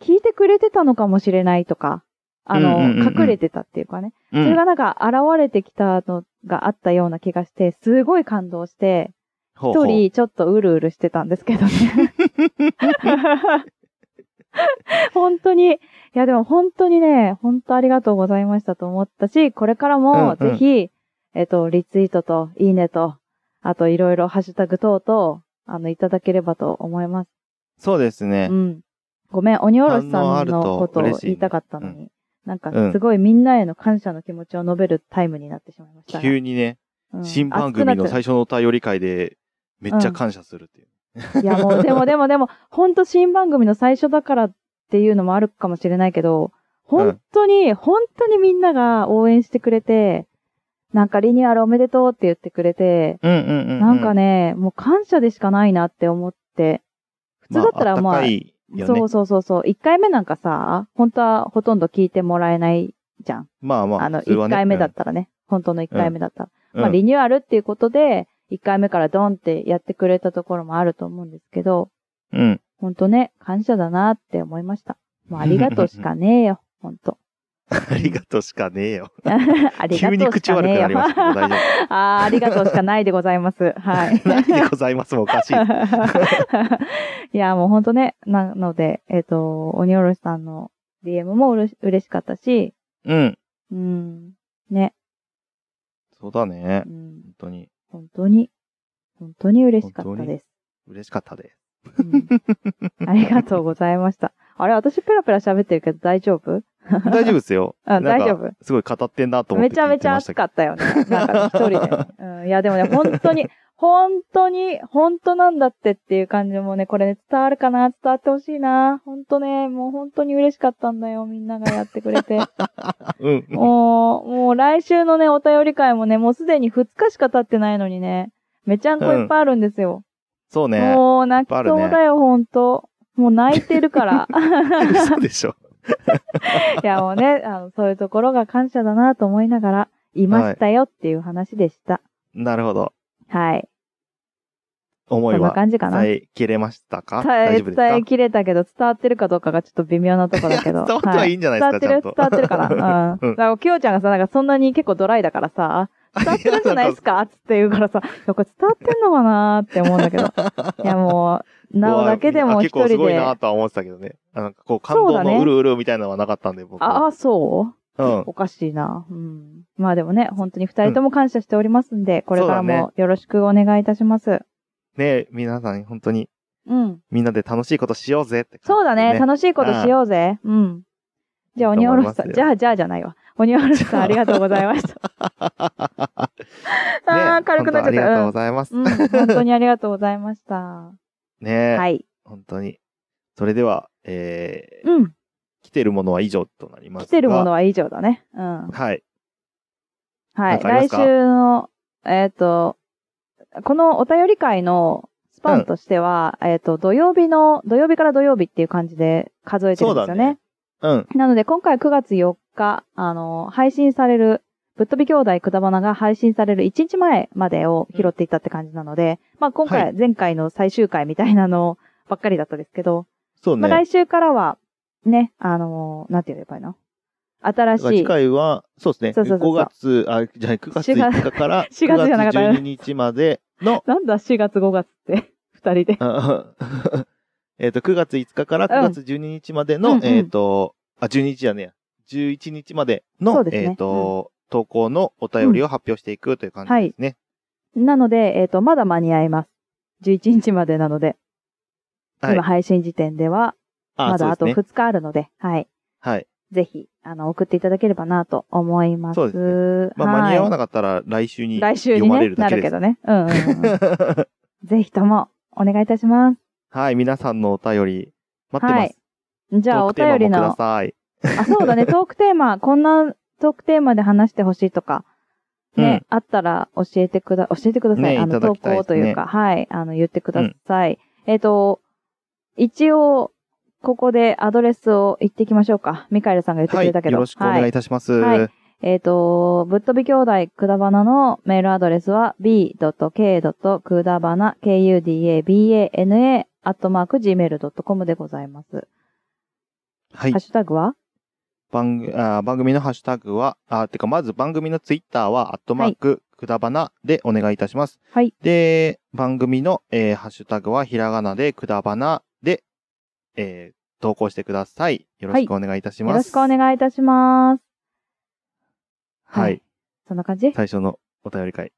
[SPEAKER 2] 聞いてくれてたのかもしれないとか、あの、
[SPEAKER 1] うんうんうんうん
[SPEAKER 2] 隠れてたっていうかね。
[SPEAKER 1] う
[SPEAKER 2] そ
[SPEAKER 1] ん
[SPEAKER 2] れがなんか現れてきたのがあったような気がして、すごい感動して、
[SPEAKER 1] ほうほ
[SPEAKER 2] 一
[SPEAKER 1] う
[SPEAKER 2] 人ちょっとうるうるしてたんですけどね。本当に、いやでも本当にね、本当ありがとうございましたと思ったし、これからも
[SPEAKER 1] うんうん
[SPEAKER 2] ぜひ、えっと、リツイートと、いいねと、あといろいろハッシュタグ等々、あの、いただければと思います。
[SPEAKER 1] そうですね
[SPEAKER 2] う。ん。ごめん、鬼おろしさ
[SPEAKER 1] 反応あ
[SPEAKER 2] ん
[SPEAKER 1] ると
[SPEAKER 2] のことを
[SPEAKER 1] 嬉しいね
[SPEAKER 2] 言いたかったのに、なんか
[SPEAKER 1] うん
[SPEAKER 2] すごいみんなへの感謝の気持ちを述べるタイムになってしまいましたが。
[SPEAKER 1] 急にね、
[SPEAKER 2] うん
[SPEAKER 1] 新番組の
[SPEAKER 2] 熱くなっちゃ
[SPEAKER 1] 最
[SPEAKER 2] う
[SPEAKER 1] 初のお便り会で、めっちゃ感謝するっていう。
[SPEAKER 2] いやもう、でもでもでも、ほんと新番組の最初だからっていうのもあるかもしれないけど、本当に、本当にみんなが応援してくれて、なんかリニューアルおめでとうって言ってくれて、
[SPEAKER 1] うんうんう
[SPEAKER 2] なんか、ね、もう感謝でしかないなって思って、普通だったらまあ
[SPEAKER 1] あったかいよ
[SPEAKER 2] そ
[SPEAKER 1] ね
[SPEAKER 2] う。そうそうそう、1回目なんかさ、本当はほとんど聞いてもらえないじゃん。
[SPEAKER 1] まあまあ、
[SPEAKER 2] あの、
[SPEAKER 1] 普通は
[SPEAKER 2] 1
[SPEAKER 1] ね
[SPEAKER 2] 回目だっ。たらね、本当の1回目だったら。
[SPEAKER 1] うん
[SPEAKER 2] まあ、リニューアルっていうことで、1回目からドンってやってくれたところもあると思うんですけど、
[SPEAKER 1] うん。
[SPEAKER 2] ほんとね、感謝だなって思いました。もうありがとうしか
[SPEAKER 1] <laughs>
[SPEAKER 2] ねえよ、ほんと。
[SPEAKER 1] ありがとうしかねえよ。
[SPEAKER 2] ありが
[SPEAKER 1] 急に
[SPEAKER 2] とうし
[SPEAKER 1] 口
[SPEAKER 2] か
[SPEAKER 1] 悪
[SPEAKER 2] ね
[SPEAKER 1] くな
[SPEAKER 2] えよ。
[SPEAKER 1] りま
[SPEAKER 2] <laughs>
[SPEAKER 1] したけど大丈
[SPEAKER 2] あーありがとうしかないでございます。はい。
[SPEAKER 1] 夫。ないでございますもおか
[SPEAKER 2] <laughs>
[SPEAKER 1] しい。
[SPEAKER 2] いや、もうほんとね、なので、えっ、と、鬼おろしさんの DM もうれし嬉しかったし、
[SPEAKER 1] うん。
[SPEAKER 2] うん、ね、
[SPEAKER 1] そうだね
[SPEAKER 2] う。ん、
[SPEAKER 1] 本当に。
[SPEAKER 2] 本当に、本当に嬉しかったです。
[SPEAKER 1] 嬉しかったです。
[SPEAKER 2] うん、ありがとうございました。あれ、私ペラペラ喋ってるけど大丈夫
[SPEAKER 1] 大丈夫ですよ。
[SPEAKER 2] うん
[SPEAKER 1] なんか
[SPEAKER 2] 大丈夫
[SPEAKER 1] すごい語ってんなと思っ
[SPEAKER 2] め
[SPEAKER 1] て
[SPEAKER 2] ちゃ
[SPEAKER 1] 聞
[SPEAKER 2] め
[SPEAKER 1] い
[SPEAKER 2] ち
[SPEAKER 1] て
[SPEAKER 2] ゃ
[SPEAKER 1] ました
[SPEAKER 2] 暑か
[SPEAKER 1] け
[SPEAKER 2] ったよね。なんか一人で、ねうん。いや、でもね、本
[SPEAKER 1] <laughs>
[SPEAKER 2] 当に、本当に、本当なんだってっていう感じもね、これね、伝わるかな伝わってほしいな本当ね、もう本当に嬉しかったんだよ。みんながやってく
[SPEAKER 1] <laughs>
[SPEAKER 2] れて。
[SPEAKER 1] ど。うん。
[SPEAKER 2] もう、もう来週のね、お便り会もね、もうすでに2日しか経ってないのにね、めちゃんこいっぱいあるんですよ。
[SPEAKER 1] そうね。
[SPEAKER 2] もう泣きそうだよ、本当もう泣いて
[SPEAKER 1] <laughs>
[SPEAKER 2] るから。
[SPEAKER 1] 嘘でしょ。
[SPEAKER 2] いや、もうね、あの、そういうところが感謝だなと思いながら、いましたよっていう話でした。
[SPEAKER 1] なるほど。
[SPEAKER 2] はい。
[SPEAKER 1] 思い
[SPEAKER 2] そんな
[SPEAKER 1] は
[SPEAKER 2] 感じかな。
[SPEAKER 1] 伝
[SPEAKER 2] 伝
[SPEAKER 1] えきれましたか大
[SPEAKER 2] え、
[SPEAKER 1] 丈夫ですか
[SPEAKER 2] 伝えきれたけど、伝わってるかどうかがちょっと微妙なとこだけど。
[SPEAKER 1] <laughs> 伝わってはいいんじゃないですか
[SPEAKER 2] 伝わってる、
[SPEAKER 1] ちゃん
[SPEAKER 2] 伝
[SPEAKER 1] と
[SPEAKER 2] わって
[SPEAKER 1] <laughs>
[SPEAKER 2] るかな。う
[SPEAKER 1] うん
[SPEAKER 2] ん。だから、きよちゃんがさ、なんかそんなに結構ドライだからさ、伝わってるんじゃないですかつって言うからさ、いや、これ伝わってんのかなーって思うんだけど。いや、もう、なおだけでも一
[SPEAKER 1] 結
[SPEAKER 2] 人
[SPEAKER 1] 構すごい
[SPEAKER 2] で。
[SPEAKER 1] なとは思ってたけどね。あなんかこう感動
[SPEAKER 2] そうだ
[SPEAKER 1] の
[SPEAKER 2] ね
[SPEAKER 1] うるうるみたいなのはなかったんで、僕。
[SPEAKER 2] あ、あ、そう
[SPEAKER 1] うん。
[SPEAKER 2] おかしいな。うん。まあでもね、本当に二人とも感謝しておりますんで、これから
[SPEAKER 1] そうだね
[SPEAKER 2] もよろしくお願いいたします。
[SPEAKER 1] ね皆さん本当に
[SPEAKER 2] うん。
[SPEAKER 1] みんなで楽しいことしようぜって感じで
[SPEAKER 2] そうだね。楽しいことしようぜ。うん。じゃあ、
[SPEAKER 1] いい
[SPEAKER 2] 鬼
[SPEAKER 1] と
[SPEAKER 2] お
[SPEAKER 1] 思い
[SPEAKER 2] ろ
[SPEAKER 1] ま
[SPEAKER 2] し
[SPEAKER 1] すよ
[SPEAKER 2] さん。じゃあ、じゃあじゃないわ。鬼おろしさん、ありがとうござい
[SPEAKER 1] <laughs>
[SPEAKER 2] ました。
[SPEAKER 1] ね
[SPEAKER 2] ああ、軽くなっち
[SPEAKER 1] 本当あ
[SPEAKER 2] ゃっ
[SPEAKER 1] りがとう
[SPEAKER 2] た。う
[SPEAKER 1] ご
[SPEAKER 2] ん
[SPEAKER 1] ざいます。
[SPEAKER 2] うん、本当にありがとうございました。
[SPEAKER 1] ね
[SPEAKER 2] はい。
[SPEAKER 1] 本当に。それでは、えー
[SPEAKER 2] うん。
[SPEAKER 1] 来てるものは以上となりますが。
[SPEAKER 2] 来てるものは以上だね。うん。
[SPEAKER 1] はい。
[SPEAKER 2] は
[SPEAKER 1] なん
[SPEAKER 2] い。
[SPEAKER 1] かありま
[SPEAKER 2] 来
[SPEAKER 1] す
[SPEAKER 2] 週
[SPEAKER 1] か
[SPEAKER 2] の、えっ、と、このお便り会のスパンとしては、えっ、と、土曜日の、土曜日から土曜日っていう感じで数えてるんです
[SPEAKER 1] そ
[SPEAKER 2] よ
[SPEAKER 1] うだね
[SPEAKER 2] ね。
[SPEAKER 1] うん。
[SPEAKER 2] なので、今回9月4日、あの、配信される、ぶっ飛び兄弟くだばなが配信される1日前までを拾っていったって感じなので、まあ今
[SPEAKER 1] は
[SPEAKER 2] 回、前回の最終回みたいなの <laughs> ばっかりだったですけど、
[SPEAKER 1] そう
[SPEAKER 2] ま
[SPEAKER 1] ね。
[SPEAKER 2] あ来週からは、ね、あの、なんて言えばいいの新し
[SPEAKER 1] 次
[SPEAKER 2] い、
[SPEAKER 1] 回は、そうですね。
[SPEAKER 2] そうそうそ
[SPEAKER 1] 5
[SPEAKER 2] う
[SPEAKER 1] 月、あ、じゃあ9月
[SPEAKER 2] 4月
[SPEAKER 1] 5日から
[SPEAKER 2] 4
[SPEAKER 1] 9
[SPEAKER 2] 月
[SPEAKER 1] 月
[SPEAKER 2] じゃなかった
[SPEAKER 1] 12日までの、
[SPEAKER 2] なんだ4月5月って、 <laughs> 二人で。
[SPEAKER 1] あ <laughs> えっと、9月5日から9月12日までの、
[SPEAKER 2] うんうん
[SPEAKER 1] えっ、と、あ、12日じゃねえや。 11日までの、
[SPEAKER 2] そうですね
[SPEAKER 1] えっ、と、投稿のお便りを発表していくという感じですね。
[SPEAKER 2] なので、えっ、と、まだ間に合います。11日までなので、
[SPEAKER 1] はい。
[SPEAKER 2] 今配信時点では、
[SPEAKER 1] あ
[SPEAKER 2] まだあと
[SPEAKER 1] そうですね。
[SPEAKER 2] 2日あるので、はい。
[SPEAKER 1] はい。
[SPEAKER 2] ぜひ、あの、送っていただければなと思います。
[SPEAKER 1] そうですまあ、
[SPEAKER 2] はい
[SPEAKER 1] 間に合わなかったら来週に。
[SPEAKER 2] 来週に、
[SPEAKER 1] 読まれ
[SPEAKER 2] ね、
[SPEAKER 1] るだ
[SPEAKER 2] な
[SPEAKER 1] け
[SPEAKER 2] る
[SPEAKER 1] で
[SPEAKER 2] け
[SPEAKER 1] す
[SPEAKER 2] どね。うんうんう
[SPEAKER 1] <laughs>
[SPEAKER 2] ん、ぜひとも、お願いいたします。
[SPEAKER 1] はい、皆さんのお便り待ってます。
[SPEAKER 2] はいじゃあ、
[SPEAKER 1] トー
[SPEAKER 2] お
[SPEAKER 1] クテーマ
[SPEAKER 2] 便り
[SPEAKER 1] もくだ
[SPEAKER 2] の、
[SPEAKER 1] さい。
[SPEAKER 2] あ、そう
[SPEAKER 1] <laughs>
[SPEAKER 2] だね、トークテーマ、こんなトークテーマで話してほしいとか、ね、あったら教えてくだ、教えてください。
[SPEAKER 1] ね
[SPEAKER 2] あ
[SPEAKER 1] いた
[SPEAKER 2] の、
[SPEAKER 1] だ
[SPEAKER 2] 投
[SPEAKER 1] きたいですね
[SPEAKER 2] 稿というか、はい、あの、言ってください。えっ、と、一応、ここでアドレスを言ってきましょうか。ミカエルさんが言ってく
[SPEAKER 1] はい、
[SPEAKER 2] れたけど。
[SPEAKER 1] よろしくお願いいたします。
[SPEAKER 2] はい
[SPEAKER 1] はい。
[SPEAKER 2] えっ、と、ぶっ飛び兄弟くだばなのメールアドレスは b.k.kudabana kudabana アットマーク gmail.com でございます。ハッシュタグは
[SPEAKER 1] 番組あ番組のハッシュタグは、あてか、まず番組のツイッターは、アットマーク、くだばなでお願いいたします。
[SPEAKER 2] はい。
[SPEAKER 1] で、番組の、えーハッシュタグは、ひらがなで、くだばなで、えー投稿してください。よろしくお願いいたし
[SPEAKER 2] よ
[SPEAKER 1] ま
[SPEAKER 2] ろ
[SPEAKER 1] す。
[SPEAKER 2] しくお願いいたします。
[SPEAKER 1] はい。
[SPEAKER 2] そんな感じ
[SPEAKER 1] 最初のお便り会、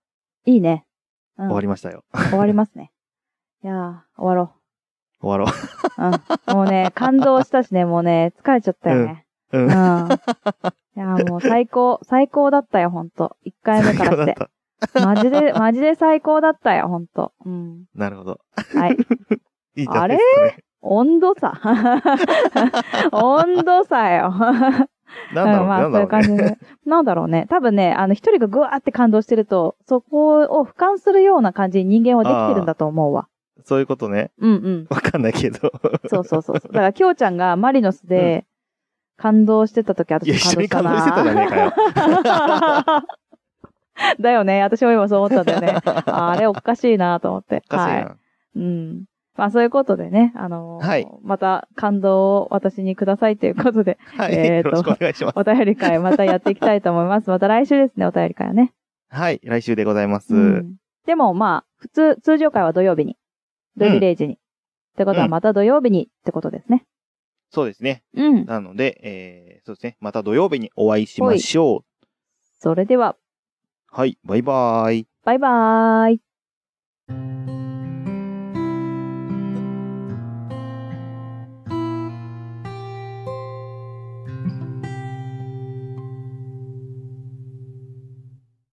[SPEAKER 2] いいね。うん
[SPEAKER 1] 終わりましたよ。
[SPEAKER 2] 終わります
[SPEAKER 1] <laughs>
[SPEAKER 2] ね。いやー、終わろ
[SPEAKER 1] 終わろ
[SPEAKER 2] う。うん。もう
[SPEAKER 1] <laughs>
[SPEAKER 2] ね、感動したしね、もうね、疲れちゃったよね。
[SPEAKER 1] う。う
[SPEAKER 2] うんん。。いやーもう最高、最高だったよ、ほんと。1回
[SPEAKER 1] <laughs>
[SPEAKER 2] 目からし。
[SPEAKER 1] だってた。
[SPEAKER 2] マ
[SPEAKER 1] <laughs>
[SPEAKER 2] ジで、マジで最高だったよ、ほんと。うん。
[SPEAKER 1] なるほど。
[SPEAKER 2] はい。
[SPEAKER 1] いいじゃ
[SPEAKER 2] あ
[SPEAKER 1] な
[SPEAKER 2] れ
[SPEAKER 1] いですかね。
[SPEAKER 2] 温
[SPEAKER 1] <laughs>
[SPEAKER 2] 度差。温度差よ。
[SPEAKER 1] なんだろうね、
[SPEAKER 2] ま
[SPEAKER 1] な
[SPEAKER 2] あ、
[SPEAKER 1] ん
[SPEAKER 2] そ
[SPEAKER 1] だ
[SPEAKER 2] うい
[SPEAKER 1] ろ
[SPEAKER 2] う
[SPEAKER 1] う
[SPEAKER 2] 感
[SPEAKER 1] ね。
[SPEAKER 2] じで。なんだろうね。多分ね、あの、一人がぐわーって感動してると、そこを俯瞰するような感じに人間はできてるんだと思うわ。
[SPEAKER 1] そういうことね。
[SPEAKER 2] うんうん。
[SPEAKER 1] わかんないけど。
[SPEAKER 2] そうそうそうそう。だから、きょうちゃんがマリノスで感動してた時、
[SPEAKER 1] いや、
[SPEAKER 2] 私
[SPEAKER 1] 一緒
[SPEAKER 2] も
[SPEAKER 1] に感動してたじゃ
[SPEAKER 2] な
[SPEAKER 1] ねえかよ。
[SPEAKER 2] <laughs> だよね。私も今そう思ったんだよね。あれおかしいなと思って。
[SPEAKER 1] おかしい
[SPEAKER 2] はい。
[SPEAKER 1] な。
[SPEAKER 2] うん。まあそういうことでね、あのー
[SPEAKER 1] はい
[SPEAKER 2] また感動を私にくださいというこ
[SPEAKER 1] <laughs>
[SPEAKER 2] とで、
[SPEAKER 1] はい。
[SPEAKER 2] え
[SPEAKER 1] よ
[SPEAKER 2] ーと
[SPEAKER 1] ろしくお願いします。
[SPEAKER 2] お便り会またやっていきたいと思います。また来週ですね、お便り会はね。
[SPEAKER 1] はい、来週でございます。
[SPEAKER 2] うんでもまあ、普通、通常会は土曜日に。土曜日0時に。ってこと
[SPEAKER 1] う
[SPEAKER 2] は
[SPEAKER 1] ん
[SPEAKER 2] また土曜日にってことですね。
[SPEAKER 1] そうですね。
[SPEAKER 2] うん。
[SPEAKER 1] なので、えー、そうですね。また土曜日にお会いしましょう。
[SPEAKER 2] それでは、
[SPEAKER 1] はい、バイバーイ。
[SPEAKER 2] バイバーイ。